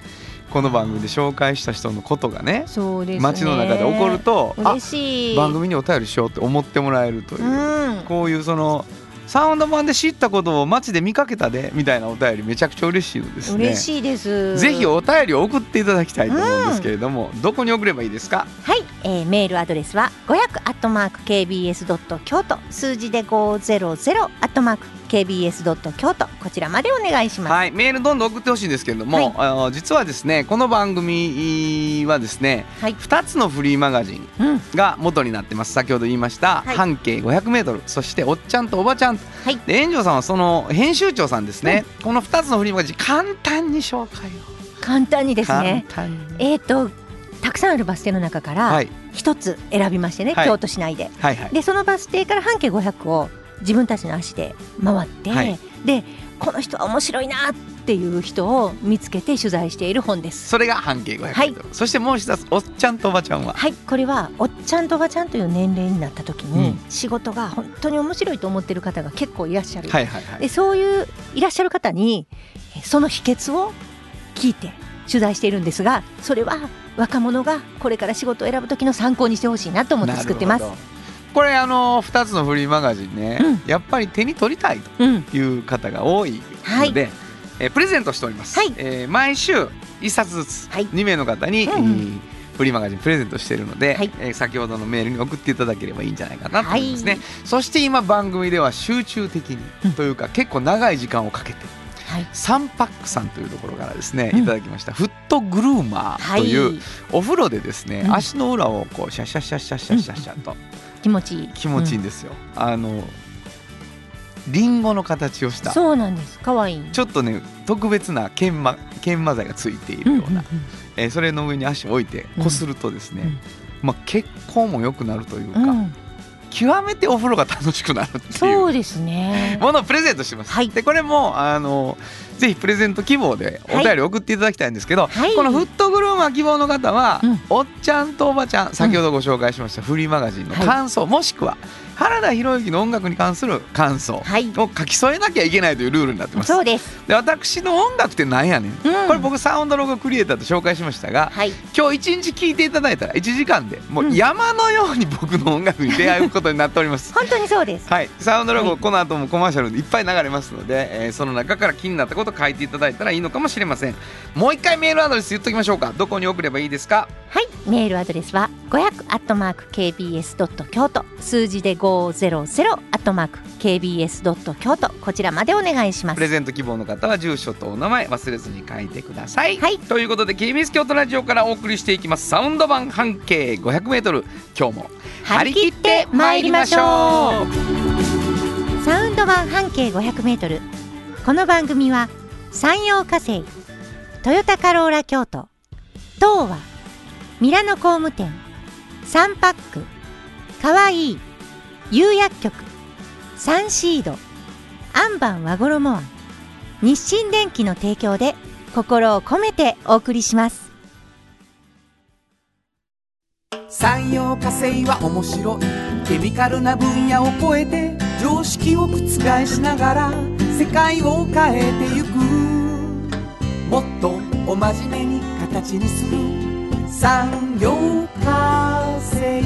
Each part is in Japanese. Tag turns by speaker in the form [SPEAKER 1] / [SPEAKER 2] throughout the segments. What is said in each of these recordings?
[SPEAKER 1] この番組で紹介した人のことがね
[SPEAKER 2] そうですね
[SPEAKER 1] 街の中で起こるとあ
[SPEAKER 2] 嬉しい
[SPEAKER 1] 番組にお便りしようって思ってもらえるというう。
[SPEAKER 2] ん
[SPEAKER 1] こういうそのサウンド版で知ったことを街で見かけたでみたいなお便りめちゃくちゃ嬉しいのですね。
[SPEAKER 2] 嬉しいです
[SPEAKER 1] ぜひお便りを送っていただきたいと思うんですけれども、どこに送ればいいですか？
[SPEAKER 2] はい、えー、メールアドレスは500アットマーク kbs ドット京都数字で500アットマーク kbs ドット京都こちらまでお願いします。
[SPEAKER 1] はい、メールどんどん送ってほしいんですけれども、
[SPEAKER 2] はい
[SPEAKER 1] あの実はですね、この番組はですね、
[SPEAKER 2] はい、
[SPEAKER 1] 2つのフリーマガジン
[SPEAKER 2] うん、
[SPEAKER 1] が元になってます。先ほど言いました、
[SPEAKER 2] はい
[SPEAKER 1] 半径500メートル、そしておっちゃんとおばちゃん。
[SPEAKER 2] はい
[SPEAKER 1] で、園長さんはその編集長さんですね。この2つのフリーマガジン簡単に紹介を。
[SPEAKER 2] 簡単にです
[SPEAKER 1] 簡
[SPEAKER 2] ね。
[SPEAKER 1] 単に。
[SPEAKER 2] えっ、とたくさんあるバス停の中から
[SPEAKER 1] はい
[SPEAKER 2] 一つ選びましてね、
[SPEAKER 1] はい
[SPEAKER 2] 京都市内で。
[SPEAKER 1] はいはい。
[SPEAKER 2] でそのバス停から半径500を自分たちの足で回って、
[SPEAKER 1] はい
[SPEAKER 2] でこの人は面白いなっていう人を見つけて取材している本です。
[SPEAKER 1] それが半径500メートル、
[SPEAKER 2] はい
[SPEAKER 1] そしてもう一つおっちゃんとおばちゃんは、
[SPEAKER 2] はい、これはおっちゃんとおばちゃんという年齢になった時に、
[SPEAKER 1] うん
[SPEAKER 2] 仕事が本当に面白いと思ってる方が結構いらっしゃる、
[SPEAKER 1] はいはいは
[SPEAKER 2] で
[SPEAKER 1] い、
[SPEAKER 2] そういういらっしゃる方にえその秘訣を聞いて取材しているんですがそれは若者がこれから仕事を選ぶ時の参考にしてほしいなと思って作ってます
[SPEAKER 1] なる。ほどこれあの2つのフリーマガジンね、
[SPEAKER 2] うん
[SPEAKER 1] やっぱり手に取りたいと
[SPEAKER 2] うん、
[SPEAKER 1] いう方が多いので、えープレゼントしております、
[SPEAKER 2] はい
[SPEAKER 1] えー毎週1冊ずつ
[SPEAKER 2] はい
[SPEAKER 1] 2名の方に、
[SPEAKER 2] うんうん
[SPEAKER 1] えーフリーマガジンプレゼントしているので、
[SPEAKER 2] はい
[SPEAKER 1] えー先ほどのメールに送っていただければいいんじゃないかなと思いますね、
[SPEAKER 2] はい
[SPEAKER 1] そして今番組では集中的に、
[SPEAKER 2] うん
[SPEAKER 1] というか結構長い時間をかけて
[SPEAKER 2] はい、
[SPEAKER 1] サンパックさんというところからですね、
[SPEAKER 2] うん
[SPEAKER 1] いただきましたフットグルーマー
[SPEAKER 2] は
[SPEAKER 1] という、
[SPEAKER 2] い、
[SPEAKER 1] お風呂でですね、
[SPEAKER 2] うん
[SPEAKER 1] 足の裏をこうシャシャシャシャシャシャシャと
[SPEAKER 2] 気持ちいい
[SPEAKER 1] 気持ちいいん
[SPEAKER 2] で
[SPEAKER 1] ですよ、あのリンゴの形をしたち
[SPEAKER 2] そうなんです可愛い
[SPEAKER 1] ょっとね特別な研磨研磨剤がついているような、えーそれの上に足を置いてこするとですね、まあ、血行も良くなるというか、
[SPEAKER 2] うんうんうんうん
[SPEAKER 1] 極めてお風呂が楽しくなるってい
[SPEAKER 2] そううですね
[SPEAKER 1] ものをプレゼントしてます、
[SPEAKER 2] はい
[SPEAKER 1] でこれもあのぜひプレゼント希望でお便り送っていただきたいんですけど、
[SPEAKER 2] はい
[SPEAKER 1] このフットグルーマー希望の方は、
[SPEAKER 2] うん
[SPEAKER 1] おっちゃんとおばちゃん先ほどご紹介しましたフリーマガジンの感想、もしくは原田博之の音楽に関する感想
[SPEAKER 2] はい
[SPEAKER 1] を書き添えなきゃいけないというルールになってます
[SPEAKER 2] そうです。
[SPEAKER 1] で私の音楽ってなんやねん、
[SPEAKER 2] ん
[SPEAKER 1] これ僕サウンドロゴクリエイターと紹介しましたが
[SPEAKER 2] はい。
[SPEAKER 1] 今日一日聴いていただいたら1時間でも
[SPEAKER 2] う
[SPEAKER 1] うん山のように僕の音楽に出会うことになっております
[SPEAKER 2] 本当にそうです。
[SPEAKER 1] はい、サウンドロゴ、
[SPEAKER 2] はい
[SPEAKER 1] この後もコマーシャルでいっぱい流れますので、えーその中から気になったこと書いていただいたらいいのかもしれませんもう一回メールアドレス言っときましょうかどこに送ればいいですか
[SPEAKER 2] はい。メールアドレスは500アットマーク kbs ドット京都数字で500アットマーク kbs ドット京都こちらまでお願いしま
[SPEAKER 1] プ
[SPEAKER 2] す。
[SPEAKER 1] レゼント希望の方は住所とお名前忘れずに書いてください、
[SPEAKER 2] はい
[SPEAKER 1] ということで KBS 京都ラジオからお送りしていきますサウンド版半径 500m 今日も
[SPEAKER 2] 張り切って参りましょ
[SPEAKER 1] う
[SPEAKER 2] サウンド版半径500メートル。この番組は山陽火星、トヨタカローラ京都、東和、ミラノ工務店、サンパック、かわいい、釉薬局、サンシード、アンバン和衣庵、日清電機の提供で心を込めてお送りします。
[SPEAKER 3] 産業化成は面白いケミカルな分野を超えて常識を覆しながら世界を変えてゆくもっとお真面目に形にする産業化成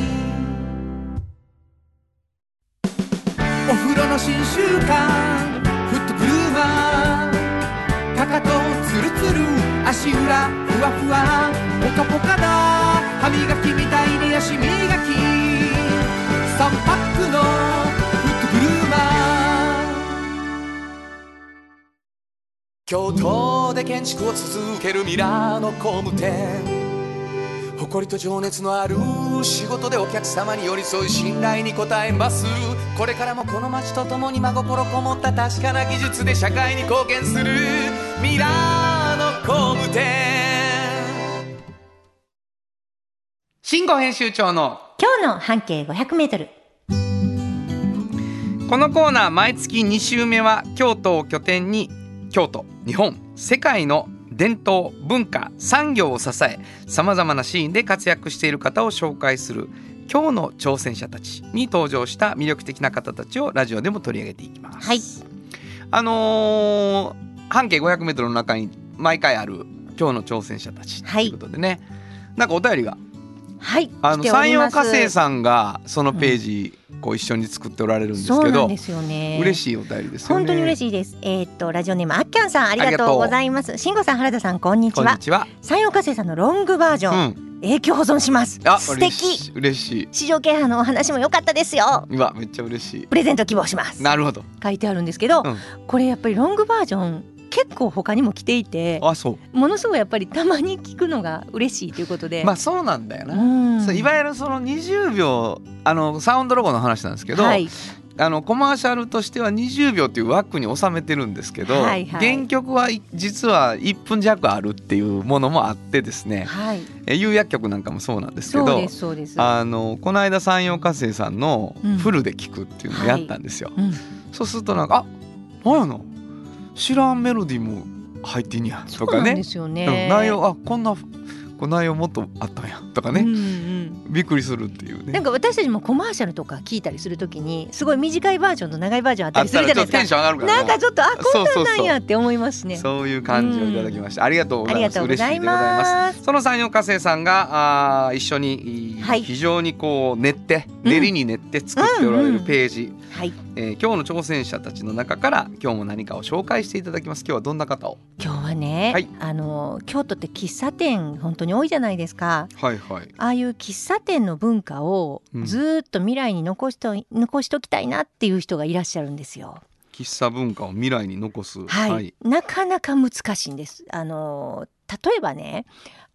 [SPEAKER 3] お風呂の新習慣フットブルーバーかかとつるつる足裏ふわふわポカポカだ歯磨きみたいに足磨き3パックのフットブルーマー京都で建築を続けるミラーの工務店誇りと情熱のある仕事でお客様に寄り添い信頼に応えますこれからもこの街とともに真心こもった確かな技術で社会に貢献するミラーの工務店
[SPEAKER 1] 新語編集長の
[SPEAKER 2] 今日の半径500メートル。
[SPEAKER 1] このコーナー毎月2週目は京都を拠点に京都日本世界の伝統文化産業を支えさまざまなシーンで活躍している方を紹介する「今日の挑戦者たち」に登場した魅力的な方たちをラジオでも取り上げていきます。
[SPEAKER 2] はい
[SPEAKER 1] あのー半径 500m の中に毎回ある「今日の挑戦者たち」と
[SPEAKER 2] はい
[SPEAKER 1] いうことでね、なんかお便りが
[SPEAKER 2] はい。
[SPEAKER 1] あの
[SPEAKER 2] 来てお
[SPEAKER 1] 山
[SPEAKER 2] り
[SPEAKER 1] 陽
[SPEAKER 2] ます
[SPEAKER 1] 火星さんがそのページこう一緒に作っておられるんですけど。
[SPEAKER 2] そうなんですよね。
[SPEAKER 1] 嬉しいお便りですよね。
[SPEAKER 2] 本当に嬉
[SPEAKER 1] い。
[SPEAKER 2] しいです。えーっとラジオネームあっきゃんさんあり
[SPEAKER 1] ありが
[SPEAKER 2] がと
[SPEAKER 1] と
[SPEAKER 2] う
[SPEAKER 1] う
[SPEAKER 2] ございます。慎吾さん原田さんこんにち
[SPEAKER 1] こんに
[SPEAKER 2] は。
[SPEAKER 1] ちは。
[SPEAKER 2] 三洋化成さんのロングバージョン、
[SPEAKER 1] ん。
[SPEAKER 2] 永久保存します。
[SPEAKER 1] あ、
[SPEAKER 2] 素
[SPEAKER 1] 嬉
[SPEAKER 2] 敵。
[SPEAKER 1] しい。嬉しい。
[SPEAKER 2] 市場経営のお話も良かったですよ。
[SPEAKER 1] うわ、めっちゃ嬉し
[SPEAKER 2] プレゼント希望します
[SPEAKER 1] い。。なるほど。
[SPEAKER 2] 書いてあるんですけど、
[SPEAKER 1] うん
[SPEAKER 2] これやっぱりロングバージョン結構他にも来ていて、
[SPEAKER 1] あ、そう。
[SPEAKER 2] ものすごいやっぱりたまに聞くのが嬉しいということで。
[SPEAKER 1] まあ、そうなんだよ
[SPEAKER 2] う
[SPEAKER 1] な。
[SPEAKER 2] ん
[SPEAKER 1] そういわゆるその20秒あのサウンドロゴの話なんですけど、
[SPEAKER 2] はい、
[SPEAKER 1] あのコマーシャルとしては20秒っていう枠に収めてるんですけど、
[SPEAKER 2] はいはい
[SPEAKER 1] 原曲はい実は1分弱あるっていうものもあってですね
[SPEAKER 2] はい、
[SPEAKER 1] え釉薬曲なんかもそうなんですけ
[SPEAKER 2] そう
[SPEAKER 1] ど
[SPEAKER 2] ですそうです。
[SPEAKER 1] あのこの間山陽火星さんの
[SPEAKER 2] うん
[SPEAKER 1] フルで聴くっていうのをやったんですよ。
[SPEAKER 2] うん、
[SPEAKER 1] そうするとなんか「あなんやな知らんメロディーも入ってんねや」
[SPEAKER 2] そ
[SPEAKER 1] と
[SPEAKER 2] う
[SPEAKER 1] か
[SPEAKER 2] なん
[SPEAKER 1] ね
[SPEAKER 2] ですよ
[SPEAKER 1] う
[SPEAKER 2] ね。
[SPEAKER 1] ん内容あこんなこう内容もっとあったんやとか
[SPEAKER 2] うん
[SPEAKER 1] ね、
[SPEAKER 2] うん
[SPEAKER 1] びっくりするっていう
[SPEAKER 2] なん
[SPEAKER 1] ね。
[SPEAKER 2] か私たちもコマーシャルとか聞いたりするときにすごい短いバージョンと長いバージョンあっ
[SPEAKER 1] あ
[SPEAKER 2] たり
[SPEAKER 1] っ
[SPEAKER 2] す
[SPEAKER 1] た
[SPEAKER 2] る
[SPEAKER 1] ら
[SPEAKER 2] じゃ
[SPEAKER 1] ち
[SPEAKER 2] な
[SPEAKER 1] ょ
[SPEAKER 2] い
[SPEAKER 1] っ
[SPEAKER 2] で
[SPEAKER 1] とテ
[SPEAKER 2] すか
[SPEAKER 1] ンション上がるから
[SPEAKER 2] なんかちょっとあこんなんなんやって思いますね。
[SPEAKER 1] そういう感じをいただきました。ありがとうご
[SPEAKER 2] あ
[SPEAKER 1] ざ
[SPEAKER 2] り
[SPEAKER 1] い
[SPEAKER 2] が
[SPEAKER 1] ます。
[SPEAKER 2] とうご
[SPEAKER 1] 嬉
[SPEAKER 2] ざ
[SPEAKER 1] しいで
[SPEAKER 2] い
[SPEAKER 1] ございます。
[SPEAKER 2] ます。
[SPEAKER 1] その三四火星さんがあー一緒に、い
[SPEAKER 2] はい
[SPEAKER 1] 非常にこう練って
[SPEAKER 2] うん
[SPEAKER 1] 練りに練って作っておられるページ、
[SPEAKER 2] はい、
[SPEAKER 1] えー今日の挑戦者たちの中から今日も何かを紹介していただきます。今日はどんな方を？
[SPEAKER 2] 今日はね、
[SPEAKER 1] はい
[SPEAKER 2] あの京都って喫茶店本当に多いじゃないですか。
[SPEAKER 1] はいはい。
[SPEAKER 2] ああいう喫茶店の文化を
[SPEAKER 1] うん
[SPEAKER 2] ずーっと未来に残しと残しときたいなっていう人がいらっしゃるんですよ。
[SPEAKER 1] 喫茶文化を未来に残す。
[SPEAKER 2] はい、なかなか難しいんです。あの例えばね、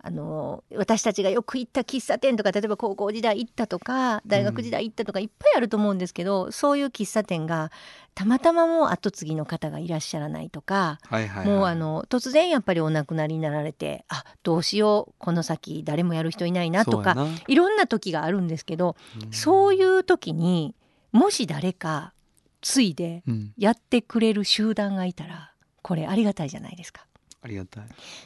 [SPEAKER 2] あの私たちがよく行った喫茶店とか例えば高校時代行ったとか大学時代行ったとかいっぱいあると思うんですけど、そういう喫茶店がたまたまもう後継ぎの方がいらっしゃらないとか、
[SPEAKER 1] はいはいはい、
[SPEAKER 2] もうあの突然やっぱりお亡くなりになられてあどうしようこの先誰もやる人いないなとか
[SPEAKER 1] そうや
[SPEAKER 2] いろんな時があるんですけど、
[SPEAKER 1] な
[SPEAKER 2] そういう時にもし誰か継いで
[SPEAKER 1] うんうん
[SPEAKER 2] やってくれる集団がいたらこれありがたいじゃないですか。
[SPEAKER 1] ありがたい、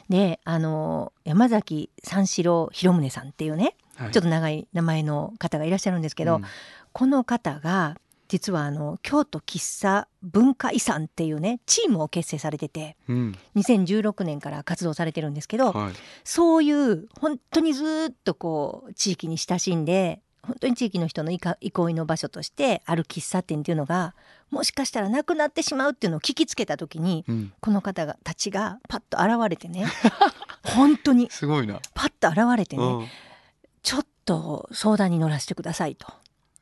[SPEAKER 2] であの山崎三四郎弘宗さんっていうね
[SPEAKER 1] はい
[SPEAKER 2] ちょっと長い名前の方がいらっしゃるんですけど、
[SPEAKER 1] うん
[SPEAKER 2] この方が実はあの京都喫茶文化遺産っていうねチームを結成されてて
[SPEAKER 1] うん
[SPEAKER 2] 2016年から活動されてるんですけど、
[SPEAKER 1] はい
[SPEAKER 2] そういう本当にずっとこう地域に親しんで本当に地域の人のいか憩いの場所としてある喫茶店っていうのがもしかしたらなくなってしまうっていうのを聞きつけた時に
[SPEAKER 1] うん、
[SPEAKER 2] この方がたちがパッと現れてね 本当に
[SPEAKER 1] すごいな、
[SPEAKER 2] パッと現れてね、
[SPEAKER 1] うん、
[SPEAKER 2] ちょっと相談に乗らせてくださいと。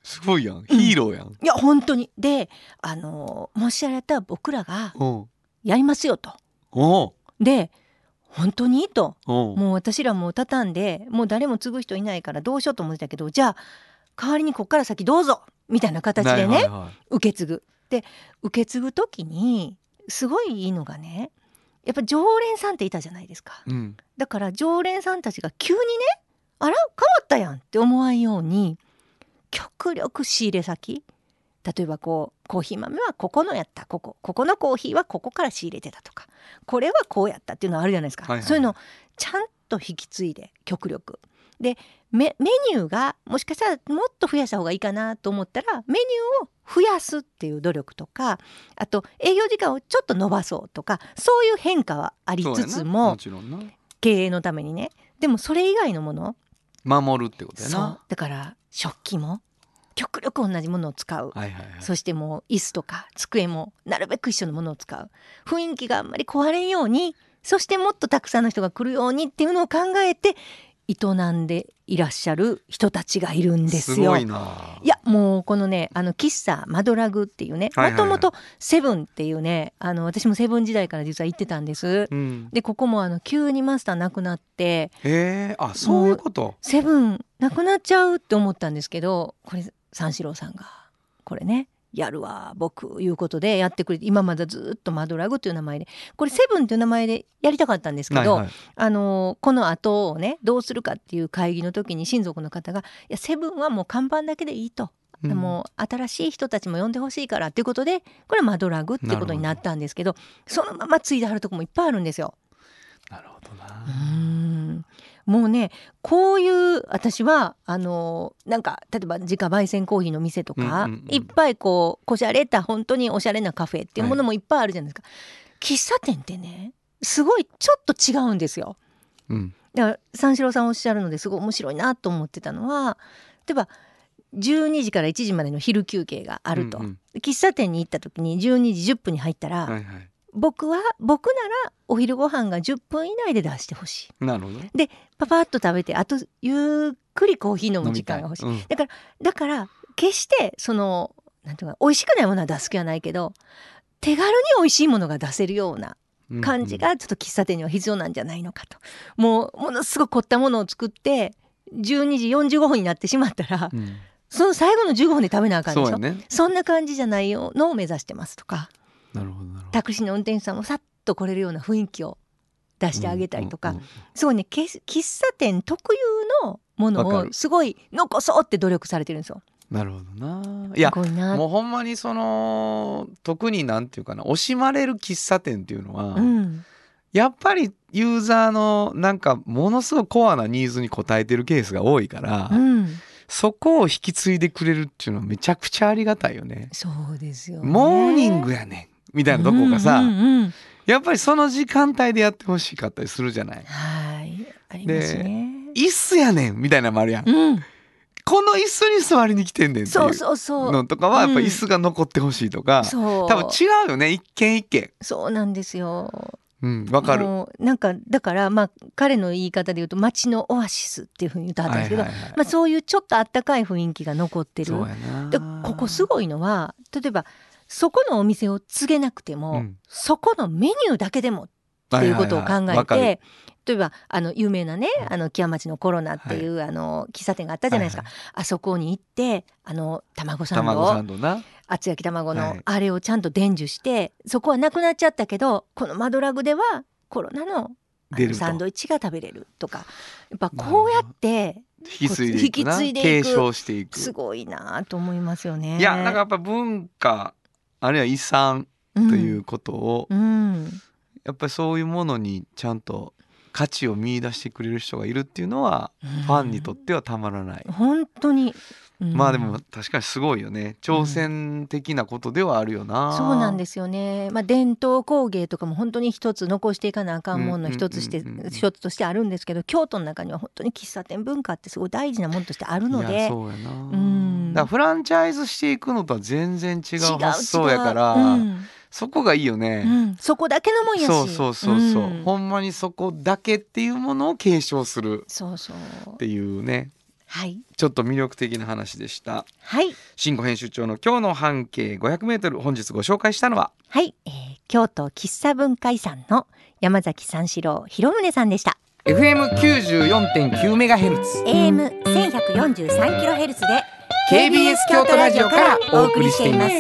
[SPEAKER 1] すごいやんヒーローやん、
[SPEAKER 2] いや本当にであのもしあれやったら僕らが
[SPEAKER 1] うん、
[SPEAKER 2] やりますよと。
[SPEAKER 1] お
[SPEAKER 2] で本当にと
[SPEAKER 1] お
[SPEAKER 2] もう私らもう畳んでもう誰も継ぐ人いないからどうしようと思ってたけどじゃあ代わりにこっから先どうぞみたいな形
[SPEAKER 1] は
[SPEAKER 2] でね、
[SPEAKER 1] いはいはい
[SPEAKER 2] 受け継ぐ。で受け継ぐ時にすごいいいのがねやっぱ常連さんっていたじゃないですか。
[SPEAKER 1] うん、
[SPEAKER 2] だから常連さんたちが急にねあら変わったやんって思わんように極力仕入れ先例えばこうコーヒー豆はここのやったここここのコーヒーはここから仕入れてたとかこれはこうやったっていうのはあるじゃないですか、
[SPEAKER 1] はいはい
[SPEAKER 2] そういうのをちゃんと引き継いで極力でメメニューがもしかしたらもっと増やした方がいいかなと思ったらメニューを増やすっていう努力とかあと営業時間をちょっと伸ばそうとかそういう変化はあり
[SPEAKER 1] そう
[SPEAKER 2] つ
[SPEAKER 1] やな
[SPEAKER 2] つも
[SPEAKER 1] もちろんな
[SPEAKER 2] 経営のためにねでもそれ以外のもの
[SPEAKER 1] 守るってことや
[SPEAKER 2] そう
[SPEAKER 1] な
[SPEAKER 2] だから食器も極力同じものを使う、
[SPEAKER 1] はいはいはい
[SPEAKER 2] そしてもう椅子とか机もなるべく一緒のものを使う雰囲気があんまり壊れんようにそしてもっとたくさんの人が来るようにっていうのを考えて営んでいらっしゃる人たちがいるんですよ。
[SPEAKER 1] すごいない
[SPEAKER 2] やもうこのねあの喫茶マドラグっていうね
[SPEAKER 1] はい
[SPEAKER 2] も
[SPEAKER 1] はいは
[SPEAKER 2] と
[SPEAKER 1] い
[SPEAKER 2] もとセブンっていうねあの私もセブン時代から実は行ってたんです。
[SPEAKER 1] うん、
[SPEAKER 2] でここもあの急にマスターなくなって
[SPEAKER 1] えー、あそういうこと
[SPEAKER 2] セブンなくなっちゃうって思ったんですけどこれ三四郎さんがこれねやるわ僕いうことでやってくれて今まだずっとマドラグという名前でこれセブンという名前でやりたかったんですけど、
[SPEAKER 1] はいはい、
[SPEAKER 2] あのこの後をねどうするかっていう会議の時に親族の方が「いやセブンはもう看板だけでいい」と。
[SPEAKER 1] うん
[SPEAKER 2] もう新しい人たちも呼んでほしいからっていうことでこれはマドラグっていうことになったんですけどそのまま継いではるとこもいっぱいあるんですよ。
[SPEAKER 1] なるほど
[SPEAKER 2] うー
[SPEAKER 1] な、
[SPEAKER 2] んもうねこういう私はあのなんか例えば自家焙煎コーヒーの店とか、
[SPEAKER 1] うんうんうん
[SPEAKER 2] いっぱいこうこじゃれた本当におしゃれなカフェっていうものもいっぱいあるじゃないですか、喫茶店ってねすごいちょっと違うんですよ
[SPEAKER 1] うん
[SPEAKER 2] だから三四郎さんおっしゃるのですごい面白いなと思ってたのは例えば12時から1時までの昼休憩があると、
[SPEAKER 1] うんうん
[SPEAKER 2] 喫茶店に行った時に12時10分に入ったら、
[SPEAKER 1] はいはい
[SPEAKER 2] 僕は僕ならお昼ご飯が10分以内で出してほしい。
[SPEAKER 1] なるほど
[SPEAKER 2] パパッと食べてあとゆっくりコーヒー飲む時間が欲しい
[SPEAKER 1] 飲みた
[SPEAKER 2] だから決してそのなんていうか美味しくないものは出す気はないけど手軽に美味しいものが出せるような
[SPEAKER 1] うんうん
[SPEAKER 2] 感じがちょっと喫茶店には必要なんじゃないのかと、もうものすごく凝ったものを作って12時45分になってしまったら、
[SPEAKER 1] うん
[SPEAKER 2] その最後の15分で食べなあかんでしょ
[SPEAKER 1] そう
[SPEAKER 2] そ,、
[SPEAKER 1] やね
[SPEAKER 2] んな感じじゃないよのを目指してますとか
[SPEAKER 1] なるほどなるほど
[SPEAKER 2] タクシーの運転手さんもさっと来れるような雰囲気を出してあげたりとか、
[SPEAKER 1] うんうんうん
[SPEAKER 2] すごいねけ喫茶店特有のもの
[SPEAKER 1] わか
[SPEAKER 2] を
[SPEAKER 1] る
[SPEAKER 2] すごい残そうって努力されてるんですよ。
[SPEAKER 1] なるほどないや
[SPEAKER 2] すごいな
[SPEAKER 1] もうほんまにその特になんていうかな惜しまれる喫茶店っていうのは、
[SPEAKER 2] うん、
[SPEAKER 1] やっぱりユーザーのなんかものすごいコアなニーズに応えてるケースが多いから、
[SPEAKER 2] うん、
[SPEAKER 1] そこを引き継いでくれるっていうのはめちゃくちゃありがたいよね。
[SPEAKER 2] そうですよ、ね。
[SPEAKER 1] モーニングやねんみたいなとこがさ、
[SPEAKER 2] うんうんうん
[SPEAKER 1] やっぱりその時間帯でやってほしかったりするじゃない。
[SPEAKER 2] はい、ありますね。
[SPEAKER 1] 椅子やねんみたいなのもあるやん。
[SPEAKER 2] うん、
[SPEAKER 1] この椅子に座りに来てんねんってい
[SPEAKER 2] そう
[SPEAKER 1] う
[SPEAKER 2] そうそう。
[SPEAKER 1] のとかはやっぱ
[SPEAKER 2] うん
[SPEAKER 1] 椅子が残ってほしいとか、
[SPEAKER 2] そう。
[SPEAKER 1] 多分違うよね一軒一軒。
[SPEAKER 2] そうなんですよ。
[SPEAKER 1] うんわかる。
[SPEAKER 2] もうなんかだからまあ彼の言い方で言うと街のオアシスっていうふうに言ったんですけど、
[SPEAKER 1] はいはいはい
[SPEAKER 2] まあそういうちょっとあったかい雰囲気が残ってる
[SPEAKER 1] そう。やな。
[SPEAKER 2] でここすごいのは例えばそこのお店を告げなくても、
[SPEAKER 1] うん
[SPEAKER 2] そこのメニューだけでもっていうことを考えて、例えばあの有名なねあの木屋町のコロナっていう、あの喫茶店があったじゃないですか、あそこに行ってあの卵サンド
[SPEAKER 1] 卵サ
[SPEAKER 2] を
[SPEAKER 1] ンドな。
[SPEAKER 2] 厚焼き卵
[SPEAKER 1] は
[SPEAKER 2] の
[SPEAKER 1] い
[SPEAKER 2] あれをちゃんと伝授して、そこはなくなっちゃったけどこのマドラグではコロナのあ
[SPEAKER 1] 出る
[SPEAKER 2] の
[SPEAKER 1] と
[SPEAKER 2] サンドイッチが食べれるとかやっぱこうやって
[SPEAKER 1] 引き継いでいくな
[SPEAKER 2] 引き継いでいく
[SPEAKER 1] 継承していく
[SPEAKER 2] すごいなと思いますよね。
[SPEAKER 1] いやなんかやっぱ文化あるいは遺産
[SPEAKER 2] と
[SPEAKER 1] ということを、
[SPEAKER 2] うん、
[SPEAKER 1] やっぱりそういうものにちゃんと価値を見出してくれる人がいるっていうのはファンにとってはたまらない、
[SPEAKER 2] 本当に、うん
[SPEAKER 1] まあでも確かにすごいよね挑戦的なことではあるよな、
[SPEAKER 2] そうなんですすよね、まあ、伝統工芸とかも本当に一つ残していかなあかんもんの一つして、
[SPEAKER 1] うんうんうんうん
[SPEAKER 2] 一つとしてあるんですけど京都の中には本当に喫茶店文化ってすごい大事なものとしてあるの
[SPEAKER 1] いや
[SPEAKER 2] で
[SPEAKER 1] そうやな、
[SPEAKER 2] ん
[SPEAKER 1] だからフランチャイズしていくのとは全然違う
[SPEAKER 2] 違う
[SPEAKER 1] 発想やから
[SPEAKER 2] 違ううん
[SPEAKER 1] そこがいいよね、
[SPEAKER 2] うんそこだけのもんやし
[SPEAKER 1] そうそうそうそう、
[SPEAKER 2] ん
[SPEAKER 1] ほんまにそこだけっていうものを継承する
[SPEAKER 2] そうそう
[SPEAKER 1] っていうね
[SPEAKER 2] はい
[SPEAKER 1] ちょっと魅力的な話でした
[SPEAKER 2] はい
[SPEAKER 1] 新語編集長の今日の半径 500m 本日ご紹介したのは
[SPEAKER 2] はい、えー京都喫茶文化遺産の山崎三四郎広宗さんでした
[SPEAKER 1] FM94.9MHz
[SPEAKER 2] AM 1143キロヘルツで
[SPEAKER 1] KBS 京都ラジオからお送りしています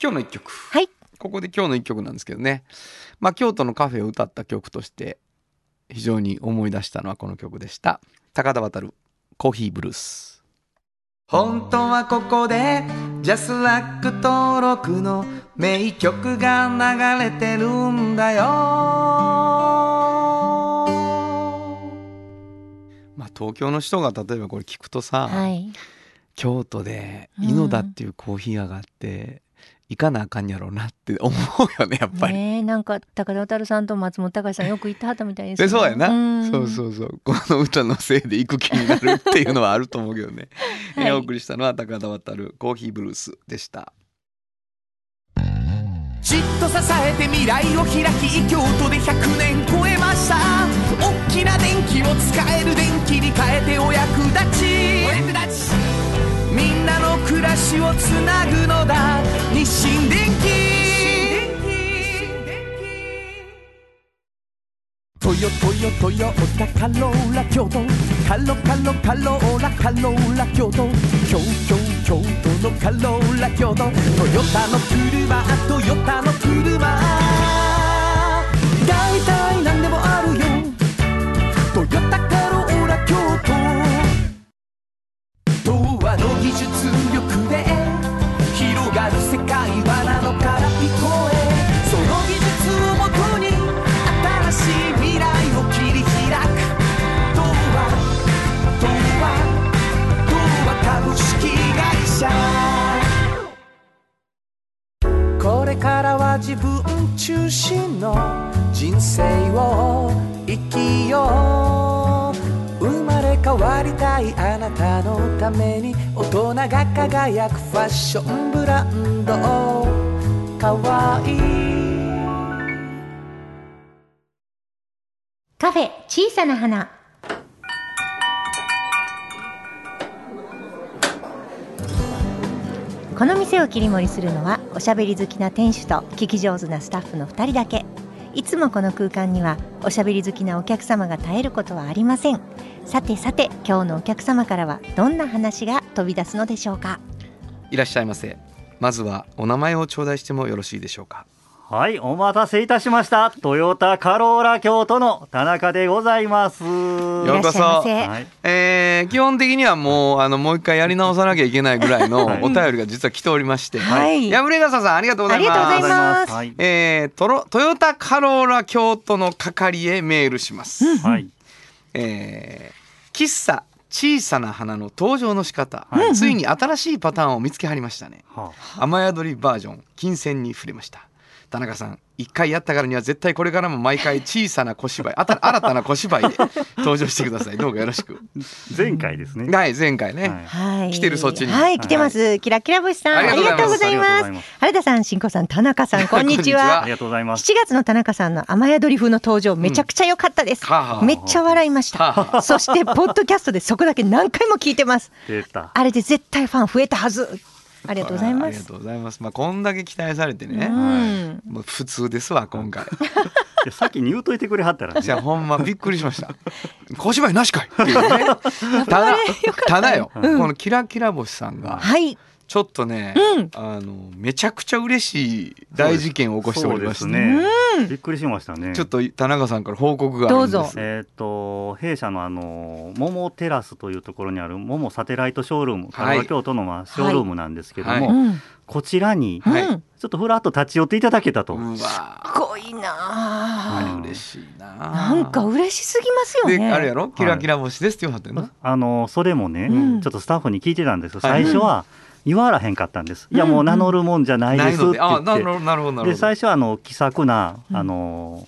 [SPEAKER 1] 今日の一曲
[SPEAKER 2] はい
[SPEAKER 1] ここで今日の一曲なんですけどねまあ京都のカフェを歌った曲として非常に思い出したのはこの曲でした高田渉コーヒーブルース本当はここでジャスラック登録の名曲が流れてるんだよまあ東京の人が例えばこれ聞くとさ、
[SPEAKER 2] はい
[SPEAKER 1] 京都で
[SPEAKER 2] うん
[SPEAKER 1] 井の田っていうコーヒー屋があって、行かなあかんやろうなって思うよねやっぱり。
[SPEAKER 2] ねえなんか高田渡さんと松本隆さんよく行ってはったみたいです
[SPEAKER 1] でそうやな、そう
[SPEAKER 2] う
[SPEAKER 1] そうそうこの歌のせいで行く気になるっていうのはあると思うけどね、
[SPEAKER 2] はい
[SPEAKER 1] えお送りしたのは高田渡るコーヒーブルースでした
[SPEAKER 3] じっと支えて未来を開き京都で100年超えました大きな電気を使える電気に変えてお役立ちお役立ちみんなの暮らしをつなぐのだ日清電気トヨトヨトヨタカローラ京都カロカロカローラカローラ京都京京京都のカローラ京都トヨタの車トヨタの車だいたいなんでもあるよトヨタカローラ京都童話の技術力で広がる世界はなのから聞こえその技術をもとに新しい未来を切り開く童話童話童話株式会社これからは自分中心の人生を生きよう生まれ変わりたいあなたのために大人が輝くファッションブランドかわいい
[SPEAKER 2] カフェ小さな花この店を切り盛りするのはおしゃべり好きな店主と聞き上手なスタッフの2人だけいつもこの空間にはおしゃべり好きなお客様が絶えることはありませんさてさて今日のお客様からはどんな話が飛び出すのでしょうか
[SPEAKER 1] いらっしゃいませまずはお名前を頂戴してもよろしいでしょうか
[SPEAKER 4] はい、お待たせいたしました。トヨタカローラ京都の田中でございます。
[SPEAKER 1] よ
[SPEAKER 4] は
[SPEAKER 1] うこそ
[SPEAKER 2] いらっしゃいま
[SPEAKER 4] い、
[SPEAKER 1] えー基本的にはもうあのもう一回やり直さなきゃいけないぐらい の
[SPEAKER 4] はい
[SPEAKER 1] お便りが実は来ておりまして、
[SPEAKER 2] はい
[SPEAKER 1] やぶれがささんありがとうございます
[SPEAKER 2] ありがとうございます
[SPEAKER 4] はい、
[SPEAKER 1] えー、トロトヨタカローラ京都の係へメールします、
[SPEAKER 4] はい、
[SPEAKER 1] えー喫茶小さな花の登場の仕方、ついに新しいパターンを見つけはりましたね、
[SPEAKER 4] は
[SPEAKER 1] 雨宿りバージョン金銭に触れました田中さん一回やったからには絶対これからも毎回小さな小芝居あ た新たな小芝居で登場してくださいどうかよろしく
[SPEAKER 4] あ前回ですね。
[SPEAKER 1] はい前回ね、
[SPEAKER 4] はい
[SPEAKER 2] はい、
[SPEAKER 1] 来てるそっちに
[SPEAKER 2] はい、来てます。キラキラ星さん、
[SPEAKER 1] あ
[SPEAKER 2] あ
[SPEAKER 1] り
[SPEAKER 2] り
[SPEAKER 1] が
[SPEAKER 2] が
[SPEAKER 1] と
[SPEAKER 2] と
[SPEAKER 1] う
[SPEAKER 2] う
[SPEAKER 1] ご
[SPEAKER 2] ご
[SPEAKER 1] ざ
[SPEAKER 2] ざ
[SPEAKER 4] い
[SPEAKER 2] い
[SPEAKER 4] ます
[SPEAKER 2] ます。原田さん、しんこさん、田中さん、こんに
[SPEAKER 1] こん
[SPEAKER 2] ち
[SPEAKER 1] にちは
[SPEAKER 2] は
[SPEAKER 4] あり。がとうございます。
[SPEAKER 2] 7月の田中さんの雨宿り風の登場、めちゃくちゃ良かったです。
[SPEAKER 1] はあはあ
[SPEAKER 2] めっちゃ笑いまし
[SPEAKER 1] はあは
[SPEAKER 2] た。そして、ポッドキャストでそこだけ何回も聞いてます。
[SPEAKER 4] 出た。
[SPEAKER 2] あれで絶対ファン増えたはず。ありがとうござい
[SPEAKER 1] あ
[SPEAKER 2] ま
[SPEAKER 1] りが
[SPEAKER 2] す。
[SPEAKER 1] とうございますまあこんだけ期待されてね、
[SPEAKER 2] うん。
[SPEAKER 1] もう普通ですわ今回
[SPEAKER 4] いや先に言うといてくれはったら、
[SPEAKER 1] じ
[SPEAKER 4] ね。
[SPEAKER 1] ゃあほんまびっくりしました。小芝居なし かいっていうね。ただただよ、このキラキラ星さんが
[SPEAKER 2] はい。
[SPEAKER 1] ちょっとね、
[SPEAKER 2] うん
[SPEAKER 1] あのめちゃくちゃ嬉しい大事件を起こしておりまして、
[SPEAKER 4] そうですね。びっくりしましたね。
[SPEAKER 1] ちょっと田中さんから報告があるん
[SPEAKER 2] どう
[SPEAKER 1] で
[SPEAKER 2] ぞ
[SPEAKER 1] す。
[SPEAKER 4] えっ、と弊社のあのモテラスというところにあるモモサテライトショールーム、カローラ京都のまあショールームなんですけども、
[SPEAKER 1] はい
[SPEAKER 2] うん。うん。
[SPEAKER 4] こちらに
[SPEAKER 1] はい
[SPEAKER 4] ちょっとふらっと立ち寄っていただけたと。
[SPEAKER 1] うわ
[SPEAKER 2] すごいなあ
[SPEAKER 4] はい
[SPEAKER 1] 嬉しいな。
[SPEAKER 2] なんか嬉しすぎますよ
[SPEAKER 1] で
[SPEAKER 2] ね。
[SPEAKER 1] あれやろキラキラ星ですって言わはったよな。
[SPEAKER 4] あのそれもね、
[SPEAKER 2] うん
[SPEAKER 4] ちょっとスタッフに聞いてたんですよ
[SPEAKER 1] はい
[SPEAKER 4] 最初は言わらへんかったんです、いや
[SPEAKER 2] うん
[SPEAKER 4] も
[SPEAKER 2] う
[SPEAKER 4] うん名乗るもんじゃない
[SPEAKER 1] ない
[SPEAKER 4] ですって
[SPEAKER 1] ので、
[SPEAKER 4] 言
[SPEAKER 1] あ
[SPEAKER 4] っ
[SPEAKER 1] なるほ
[SPEAKER 4] て
[SPEAKER 1] どなるほどなるほ
[SPEAKER 4] で
[SPEAKER 1] ど。
[SPEAKER 4] 最初はあの気さくな、
[SPEAKER 2] うん
[SPEAKER 4] あの